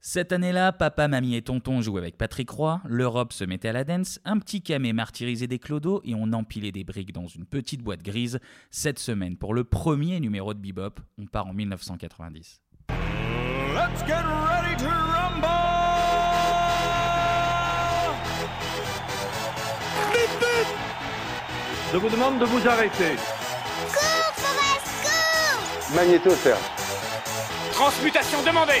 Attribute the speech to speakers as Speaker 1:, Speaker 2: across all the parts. Speaker 1: Cette année-là, papa, mamie et tonton jouaient avec Patrick Roy, l'Europe se mettait à la dance, un petit camé martyrisé des clodos et on empilait des briques dans une petite boîte grise. Cette semaine, pour le premier numéro de Bebop, on part en 1990.
Speaker 2: Let's get ready to rumble!
Speaker 3: Je vous demande de vous arrêter.
Speaker 4: Magnéto, Serge.
Speaker 5: Transmutation demandée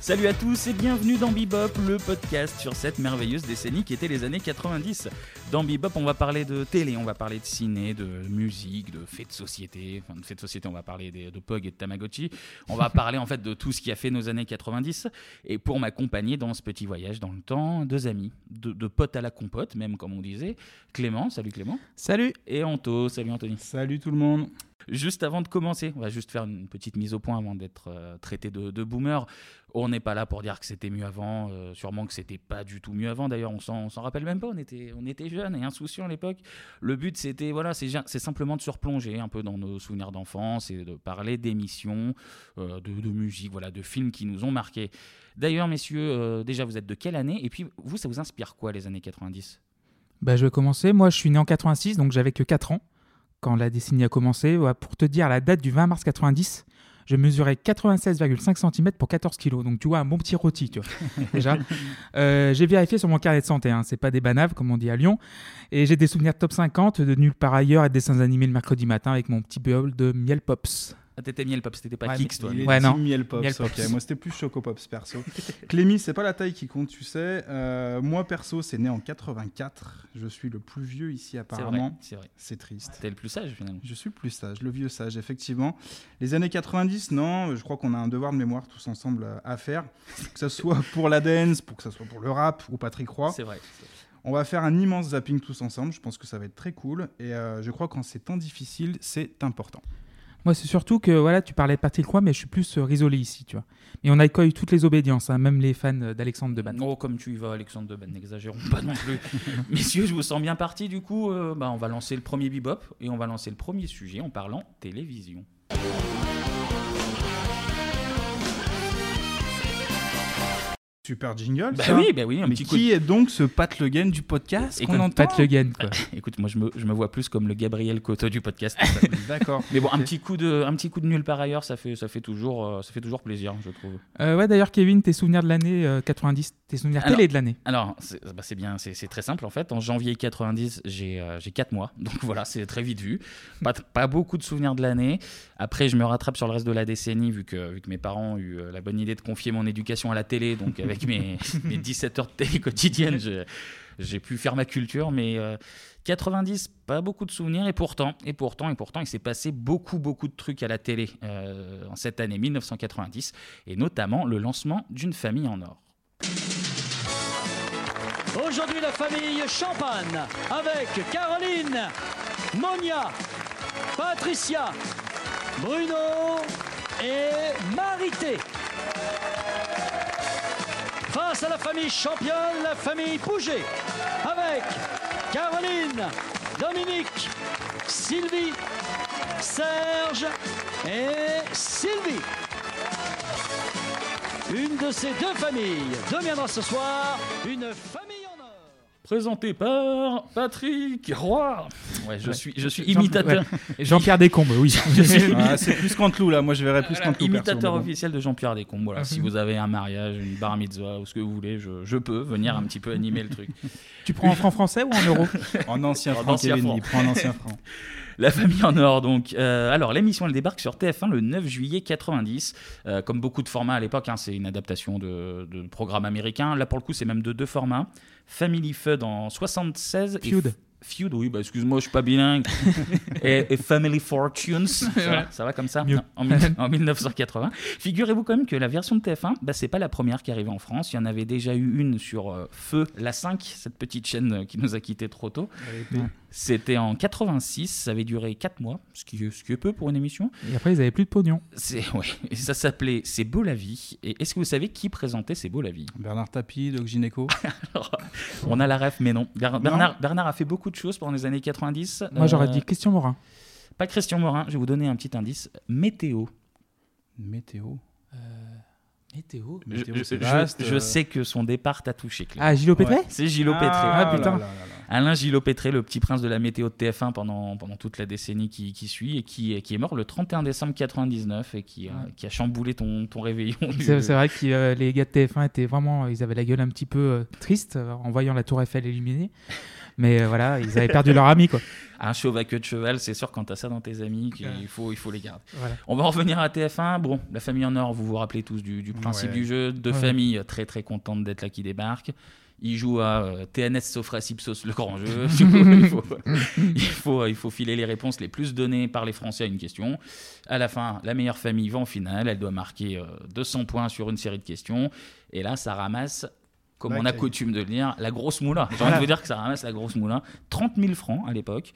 Speaker 1: Salut à tous et bienvenue dans Bebop, le podcast sur cette merveilleuse décennie qui était les années 90. Dans Bebop, on va parler de télé, on va parler de ciné, de musique, de faits de société. Enfin, de faits de société, on va parler des- de Pog et de Tamagotchi. On va parler en fait de tout ce qui a fait nos années 90. Et pour m'accompagner dans ce petit voyage dans le temps, deux amis, deux, deux potes à la compote, même comme on disait. Clément, salut Clément.
Speaker 6: Salut
Speaker 1: Et Anto, salut Anthony.
Speaker 6: Salut tout le monde
Speaker 1: Juste avant de commencer, on va juste faire une petite mise au point avant d'être euh, traité de, de boomer. On n'est pas là pour dire que c'était mieux avant, euh, sûrement que c'était pas du tout mieux avant. D'ailleurs, on s'en on s'en rappelle même pas, on était, on était jeunes et insouciants à l'époque. Le but, c'était, voilà, c'est ja- c'est simplement de se replonger un peu dans nos souvenirs d'enfance et de parler d'émissions, euh, de, de musique, voilà, de films qui nous ont marqués. D'ailleurs, messieurs, euh, déjà, vous êtes de quelle année Et puis, vous, ça vous inspire quoi, les années 90
Speaker 6: Bah je vais commencer, moi je suis né en 86 donc j'avais que 4 ans quand la décennie a commencé. Ouais, Pour te dire la date du 20 mars 90, je mesurais 96,5 cm pour 14 kg donc tu vois un bon petit rôti tu vois déjà. Euh, j'ai vérifié sur mon carnet de santé, hein, c'est pas des banaves comme on dit à Lyon et j'ai des souvenirs top 50 de nulle part ailleurs et de dessins animés le mercredi matin avec mon petit bol de miel pops.
Speaker 1: Ah, T'étais miel pops, t'étais pas
Speaker 6: Ouais,
Speaker 1: Kix, toi.
Speaker 6: il est-
Speaker 7: Ouais,
Speaker 6: Ouais, non.
Speaker 7: Miel Pops,
Speaker 6: Miel
Speaker 7: ok.
Speaker 6: Pops.
Speaker 7: Moi, c'était plus Choco Pops, perso. Clémy, c'est pas la taille qui compte, tu sais. Euh, moi, perso, c'est né en 84. Je suis le plus vieux ici,
Speaker 1: C'est vrai,
Speaker 7: apparemment.
Speaker 1: c'est vrai.
Speaker 7: C'est triste.
Speaker 1: T'es le plus sage, finalement.
Speaker 7: Je suis le plus sage, le vieux sage, effectivement. Les années 90, non, je crois qu'on a un devoir de mémoire tous ensemble euh, à faire. Que ce soit pour la dance, pour que ce soit pour le rap ou Patrick Roy.
Speaker 1: C'est vrai.
Speaker 7: On va faire un immense zapping tous ensemble. Je pense que ça va être très cool. Et euh, je crois qu'en ces temps difficiles, c'est important.
Speaker 6: Moi, c'est surtout que voilà, tu parlais de Patrick Roy, mais je suis plus euh, risolé ici, tu vois. Mais on accueille toutes les obédiences, hein, même les fans euh, d'Alexandre Deban.
Speaker 1: Oh, comme tu y vas, Alexandre Deban, n'exagérons pas non plus. Messieurs, je vous sens bien parti, du coup, euh, bah, on va lancer le premier bebop et on va lancer le premier sujet en parlant télévision.
Speaker 7: Super jingle.
Speaker 1: Bah
Speaker 7: ça.
Speaker 1: oui, bah oui, un
Speaker 7: Mais
Speaker 1: petit coup
Speaker 7: qui est donc ce Pat Le Guen du podcast
Speaker 1: Écoute,
Speaker 7: qu'on entend
Speaker 6: Pat Le Guen, quoi.
Speaker 1: de- Écoute, moi je me, je me vois plus comme le Gabriel Coteau du podcast.
Speaker 7: D'accord.
Speaker 1: Mais bon, un
Speaker 7: Ok.
Speaker 1: petit coup de, un petit coup de nul par ailleurs, ça fait, ça fait toujours, euh, ça fait toujours plaisir, je trouve.
Speaker 6: Euh, ouais, d'ailleurs, Kevin, tes souvenirs de l'année euh, 90, tes souvenirs
Speaker 1: Alors-
Speaker 6: télé de l'année.
Speaker 1: Alors, c'est bah, c'est bien, c'est c'est très simple en fait. En janvier 90, j'ai 4 mois, donc voilà, c'est très vite vu. Pas, tr- pas beaucoup de souvenirs de l'année. Après, je me rattrape sur le reste de la décennie, vu que, vu que mes parents ont eu euh, la bonne idée de confier mon éducation à la télé, donc avec mes, mes 17 heures de télé quotidienne, je- j'ai pu faire ma culture, mais. euh, 90, pas beaucoup de souvenirs, et pourtant, et pourtant, et pourtant, il s'est passé beaucoup, beaucoup de trucs à la télé euh, en cette année 1990, et notamment le lancement d'une famille en or.
Speaker 8: Aujourd'hui, la famille Champagne avec Caroline, Monia, Patricia, Bruno et Marité. Face à la famille championne, la famille Pouget avec Caroline, Dominique, Sylvie, Serge et Sylvie. Une de ces deux familles deviendra ce soir une famille en or.
Speaker 1: présenté par Patrick Roy. Ouais, je
Speaker 6: Ouais.
Speaker 1: suis, je suis
Speaker 6: Jean-
Speaker 1: imitateur,
Speaker 6: Jean-Pierre Descombes, oui.
Speaker 7: Ah, c'est plus Canteloup là, moi je verrais plus Canteloup.
Speaker 1: imitateur
Speaker 7: perso, mais bon.
Speaker 1: officiel de Jean-Pierre Descombes. Voilà,
Speaker 6: Mhm.
Speaker 1: si vous avez un mariage, une bar mitzvah ou ce que vous voulez, je, je peux venir un petit peu animer le truc.
Speaker 6: tu prends en franc français ou en euros
Speaker 7: En ancien
Speaker 1: En
Speaker 7: franc,
Speaker 1: ancien
Speaker 7: Kevin,
Speaker 1: franc.
Speaker 7: il prend un ancien franc.
Speaker 1: La famille en or, donc. Euh, alors, l'émission, elle débarque sur TF1 le 9 juillet 90. Euh, comme beaucoup de formats à l'époque, hein, c'est une adaptation de, de programme américain. Là, pour le coup, c'est même de deux formats. Family Feud en 76. et
Speaker 6: Feud.
Speaker 1: F- Feud, oui, bah, excuse-moi, je suis pas bilingue. et, et Family Fortunes, ça, va, ça va comme ça
Speaker 6: Mieux.
Speaker 1: Non, en, mille- en 1980. Figurez-vous quand même que la version de TF1, bah, c'est pas la première qui arrive en France. Il y en avait déjà eu une sur euh, Feu, la 5, cette petite chaîne euh, qui nous a quittés trop tôt. C'était en 86, ça avait duré 4 mois, ce qui, est- ce qui est peu pour une émission.
Speaker 6: Et après, ils avaient plus de pognon.
Speaker 1: C'est, ouais, et ça s'appelait C'est beau la vie. Et est-ce que vous savez qui présentait C'est beau la vie
Speaker 7: Bernard Tapie, Doc Gineco.
Speaker 1: Alors, On a la ref, mais non. Ber-
Speaker 7: Non.
Speaker 1: Bernard, Bernard a fait beaucoup de choses pendant les années 90.
Speaker 6: Moi, j'aurais
Speaker 1: Euh,
Speaker 6: dit Christian Morin.
Speaker 1: Pas Christian Morin, je vais vous donner un petit indice. Météo.
Speaker 7: Météo.
Speaker 6: Météo.
Speaker 1: Je,
Speaker 7: Météo,
Speaker 1: je-
Speaker 7: c'est
Speaker 1: je-
Speaker 7: vaste,
Speaker 1: je
Speaker 7: euh.
Speaker 1: sais que son départ t'a touché, Clément.
Speaker 6: Ah, Gilles Pétré
Speaker 1: C'est Gilles Pétré.
Speaker 7: Ah,
Speaker 6: Ah, putain.
Speaker 7: là, là, là, là.
Speaker 1: Alain Gillot-Pétré, le petit prince de la météo de TF1 pendant, pendant toute la décennie qui, qui suit et qui, est- qui est mort le 31 décembre 99 et qui, euh, qui a chamboulé ton, ton réveillon. du-
Speaker 6: C'est c'est vrai que euh, les gars de TF1 étaient vraiment, ils avaient la gueule un petit peu euh, triste euh, en voyant la Tour Eiffel éliminée. Mais euh, voilà, ils avaient perdu leur ami quoi.
Speaker 1: Un chauve à queue de cheval, c'est sûr, quand t'as ça dans tes amis, qu'il- il faut, il faut les garder.
Speaker 6: Voilà.
Speaker 1: On va en revenir à TF1. Bon, la famille en or, vous vous rappelez tous du, du principe
Speaker 7: Ouais.
Speaker 1: du jeu. Deux
Speaker 6: Ouais.
Speaker 1: familles très très contentes d'être là qui débarquent. Ils jouent à euh, TNS Sofra Ipsos, le grand jeu. Du coup, il, faut, il, faut, il faut filer les réponses les plus données par les Français à une question. À la fin, la meilleure famille va en finale. Elle doit marquer euh, 200 points sur une série de questions. Et là, ça ramasse, comme on a
Speaker 7: Ok.
Speaker 1: coutume de le dire, la grosse moula. J'ai envie de vous dire que ça ramasse la grosse moula. 30 000 francs à l'époque.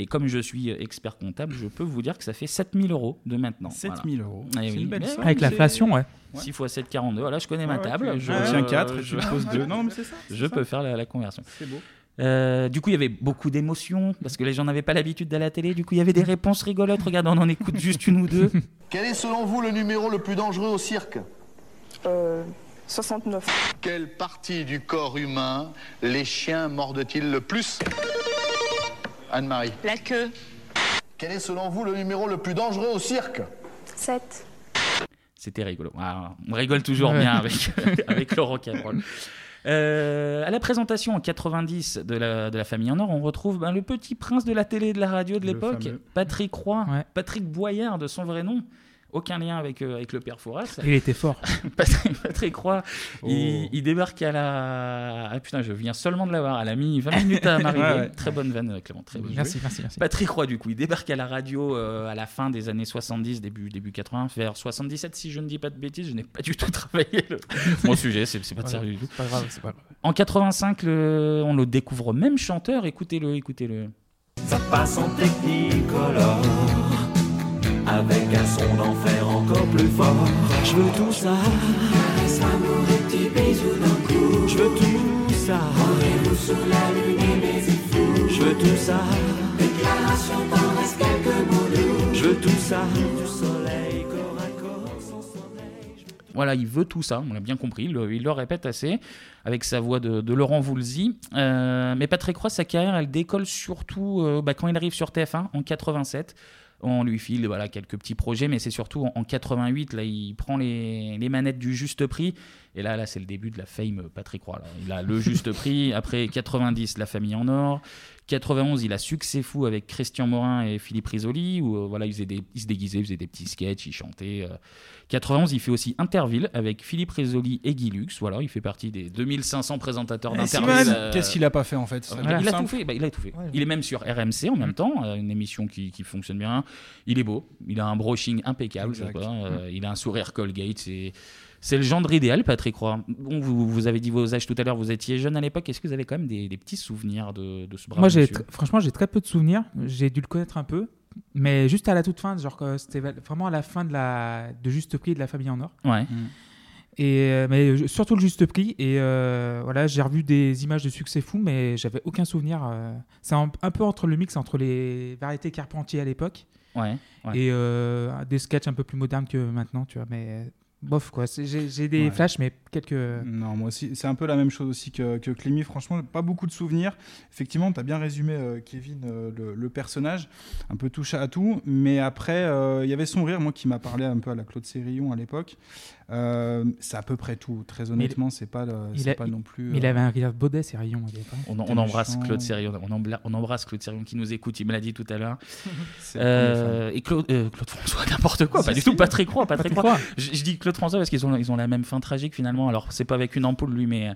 Speaker 1: Et comme je suis expert comptable, je peux vous dire que ça fait 7 000 euros de maintenant.
Speaker 7: 7000 euros.
Speaker 1: Eh
Speaker 7: C'est
Speaker 1: oui.
Speaker 7: une belle
Speaker 1: Mais
Speaker 7: somme, Ah,
Speaker 6: Avec
Speaker 7: c'est-
Speaker 6: l'inflation, ouais.
Speaker 1: Voilà. 6 x 7, 42. Voilà, je connais ma
Speaker 7: Ouais, ouais,
Speaker 1: table.
Speaker 7: tu-
Speaker 1: Je
Speaker 7: ouais, tu tiens 4 et
Speaker 1: Ah,
Speaker 7: tu
Speaker 1: Euh, je,
Speaker 7: poses 2. Non, mais c'est ça. c'est
Speaker 1: je
Speaker 7: ça.
Speaker 1: peux faire la, la conversion.
Speaker 7: C'est beau.
Speaker 1: Euh, du coup, il y avait beaucoup d'émotions parce que les gens n'avaient pas l'habitude d'aller à la télé. Du coup, il y avait des réponses rigolotes. Regarde, on en écoute juste une ou deux.
Speaker 4: Quel est selon vous le numéro le plus dangereux au cirque
Speaker 9: Euh, 69.
Speaker 4: Quelle partie du corps humain les chiens mordent-ils le plus Anne-Marie.
Speaker 9: La queue.
Speaker 4: Quel est selon vous le numéro le plus dangereux au cirque
Speaker 9: 7.
Speaker 1: C'était rigolo. Ah, on rigole toujours
Speaker 6: Ouais.
Speaker 1: bien avec, avec le rock'n'roll. Euh, à la présentation en 90 de la, de la famille en or, on retrouve ben, le petit prince de la télé et de la radio de
Speaker 7: Le
Speaker 1: l'époque,
Speaker 7: fameux.
Speaker 1: Patrick Roy,
Speaker 6: Ouais.
Speaker 1: Patrick Boyard de son vrai nom. Aucun lien avec, euh, avec le père Fouras.
Speaker 6: Il était fort.
Speaker 1: Ah, Patrick, Patrick Roy, il,
Speaker 7: Oh.
Speaker 1: il débarque à la. Ah putain, je viens seulement de l'avoir. Elle a mis 20 minutes à m'arriver.
Speaker 7: Ouais, ouais.
Speaker 1: Très bonne vanne, Clément. Très bonne.
Speaker 6: Merci, merci, merci.
Speaker 1: Patrick Roy, du coup, il débarque à la radio euh, à la fin des années 70, début, début 80, vers 77, si je ne dis pas de bêtises. Je n'ai pas du tout travaillé le... mon sujet, c'est c'est pas de
Speaker 6: Voilà,
Speaker 1: sérieux du tout.
Speaker 6: C'est pas grave, c'est pas grave.
Speaker 1: En 85, le- on le découvre même chanteur. Écoutez-le, écoutez-le.
Speaker 8: Ça passe en technicolore, avec un son d'enfer encore plus fort. Je veux tout ça. Laisse-moi petit bisou d'un coup. Je veux tout ça. Rendez-vous sous la lune et mes fous. Je veux tout ça. Déclaration t'en reste quelques mots doux. Je veux tout ça. Du soleil corps à corps sans sommeil.
Speaker 1: Voilà, il veut tout ça, on l'a bien compris, il le, il le répète assez, avec sa voix de, de Laurent Voulzy. Euh, mais Patrick Roy, sa carrière, elle décolle surtout euh, bah, quand il arrive sur TF1 en 87. On lui file voilà, quelques petits projets, mais c'est surtout en, en 88, là, il prend les, les manettes du juste prix. Et là, là c'est le début de la fame euh, Patrick Roy. là. Il a le juste prix, après 90, la famille en or. 91, il a succès fou avec Christian Morin et Philippe Risoli, où euh, voilà, ils, faisaient des, ils se déguisaient, ils faisaient des petits sketchs, ils chantaient. euh, 91, il fait aussi Interville avec Philippe Risoli et Guy Lux. Voilà, il fait partie des 2500 présentateurs
Speaker 7: Eh,
Speaker 1: d'Interville.
Speaker 7: Simone,
Speaker 1: euh,
Speaker 7: Qu'est-ce qu'il a pas fait en fait
Speaker 1: voilà.
Speaker 7: Ça doit
Speaker 1: il,
Speaker 7: être
Speaker 1: a tout
Speaker 7: simple.
Speaker 1: fait, bah, il a tout fait.
Speaker 6: Ouais.
Speaker 1: Il est même sur RMC en même temps, euh, une émission qui, qui fonctionne bien. Il est beau, il a un brushing impeccable, je sais
Speaker 7: Exact.
Speaker 1: pas, euh, il a un sourire Colgate. C'est, c'est le gendre idéal, Patrick Roy. Bon, vous, vous avez dit vos âges tout à l'heure, vous étiez jeune à l'époque. Est-ce que vous avez quand même des, des petits souvenirs de, de ce brave
Speaker 6: Moi, j'ai
Speaker 1: monsieur
Speaker 6: tr- franchement, j'ai très peu de souvenirs. J'ai dû le connaître un peu, mais juste à la toute fin, genre que c'était va- vraiment à la fin de la de Juste Prix et de la Famille en Or.
Speaker 1: Ouais.
Speaker 6: Et euh, mais je- surtout le Juste Prix. Et euh, voilà, j'ai revu des images de succès fou, mais j'avais aucun souvenir. euh. C'est un, un peu entre le mix entre les variétés Carpentier à l'époque
Speaker 1: Ouais. Ouais.
Speaker 6: et euh, des sketchs un peu plus modernes que maintenant, tu vois. Mais euh, bof quoi. C'est- J'ai j'ai des
Speaker 7: Ouais.
Speaker 6: flashs, mais quelques.
Speaker 1: Euh.
Speaker 7: Non, moi aussi, c'est un peu la même chose aussi que, que Clémy. Franchement, pas beaucoup de souvenirs. Effectivement, tu as bien résumé, euh, Kevin, euh, le, le personnage, un peu touche à tout. Mais après, euh, il y avait son rire, moi, qui m'a parlé un peu à la Claude Sérillon à l'époque. Euh, c'est à peu près tout. Très honnêtement, c'est pas, le-
Speaker 6: il
Speaker 7: c'est
Speaker 6: a-
Speaker 7: pas non plus.
Speaker 6: Il
Speaker 7: euh,
Speaker 6: avait un rire baudet, c'est rayon. il avait pas-
Speaker 1: On, en- on
Speaker 7: T'es
Speaker 1: embrasse
Speaker 7: méchant.
Speaker 1: Claude Sérion, on, embla- on embrasse Claude Sérion qui nous écoute, il me l'a dit tout à l'heure.
Speaker 7: c'est
Speaker 1: Euh,
Speaker 7: un premier fan.
Speaker 1: et Claude, euh, Claude François, n'importe quoi, pas
Speaker 7: Si,
Speaker 1: du
Speaker 7: si.
Speaker 1: tout, Patrick Roy, Patrick
Speaker 6: Patrick
Speaker 1: Roy.
Speaker 6: Roy.
Speaker 1: Je, je dis Claude François parce qu'ils ont, ils ont la même fin tragique finalement. Alors, c'est pas avec une ampoule lui, mais euh,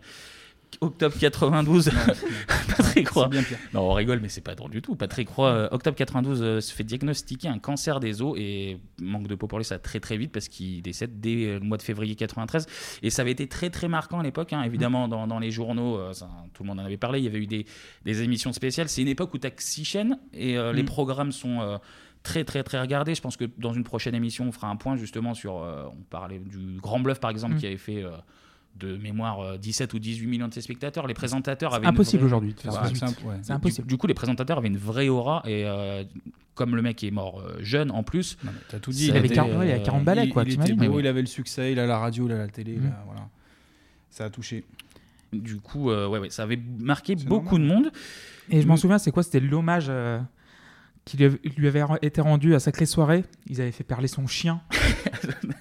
Speaker 1: octobre 92.
Speaker 6: euh,
Speaker 1: Patrick Roy.
Speaker 7: bien pire.
Speaker 1: Non, on rigole, mais c'est pas drôle du tout. Patrick Roy, euh, octobre 92, euh, se fait diagnostiquer un cancer des os et manque de peau pour lui, ça très très vite parce qu'il décède dès euh, le mois de février 93. Et ça avait été très très marquant à l'époque. hein. Évidemment, dans, dans les journaux, euh, ça, tout le monde en avait parlé. Il y avait eu des, des émissions spéciales. C'est une époque où tu as que six chaînes et euh, les
Speaker 7: Mm.
Speaker 1: programmes sont. euh, Très très très regardés. Je pense que dans une prochaine émission, on fera un point justement sur. euh, on parlait du Grand Bluff par exemple,
Speaker 6: Mm.
Speaker 1: qui avait fait euh, de mémoire euh, 17 ou 18 millions de ses spectateurs. Les présentateurs avaient une
Speaker 6: Impossible
Speaker 1: vraie-
Speaker 6: aujourd'hui de faire
Speaker 1: Ouais,
Speaker 6: ce
Speaker 7: C'est
Speaker 6: huit.
Speaker 7: un- ouais.
Speaker 6: C'est
Speaker 1: du,
Speaker 6: impossible.
Speaker 1: du coup, les présentateurs avaient une vraie aura et euh, comme le mec est mort euh, jeune en plus,
Speaker 7: Non, mais T'as tout dit.
Speaker 1: Il avait
Speaker 7: était,
Speaker 1: 40
Speaker 6: ouais, il avait 40 balais,
Speaker 7: il-
Speaker 6: quoi,
Speaker 7: Il était
Speaker 6: t'imagines
Speaker 7: beau,
Speaker 1: Mais oui.
Speaker 7: il avait le succès, il a la radio, il a la télé, il
Speaker 6: Mm.
Speaker 7: a- voilà. Ça a touché.
Speaker 1: du coup, euh, ouais, ouais, ça avait marqué
Speaker 7: C'est
Speaker 1: beaucoup de monde.
Speaker 6: Et je
Speaker 7: Mm.
Speaker 6: m'en souviens, c'est quoi C'était l'hommage euh, qui lui lui avait été rendu à sa clé soirée. Ils avaient fait parler son chien.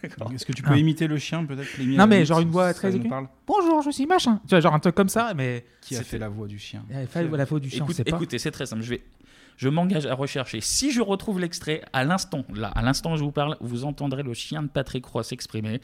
Speaker 1: D'accord.
Speaker 7: Est-ce que tu peux
Speaker 6: Ah.
Speaker 7: imiter le chien peut-être Clémy, à
Speaker 6: Non,
Speaker 7: la
Speaker 6: mais
Speaker 7: limite,
Speaker 6: genre une
Speaker 7: ça-
Speaker 6: voix
Speaker 7: ça
Speaker 6: très
Speaker 7: nous
Speaker 6: aiguë.
Speaker 7: parle.
Speaker 6: Bonjour, je suis machin. Tu vois, genre un truc comme ça, mais
Speaker 7: Qui a
Speaker 1: C'était- Euh,
Speaker 7: fait la voix du chien
Speaker 6: il avait pas la faute du chien,
Speaker 1: Écoute-
Speaker 6: c'est pas.
Speaker 1: écoutez, c'est très simple. Je vais, je m'engage à rechercher. Si je retrouve l'extrait à l'instant, là, à l'instant où je vous parle, vous entendrez le chien de Patrick Roy s'exprimer.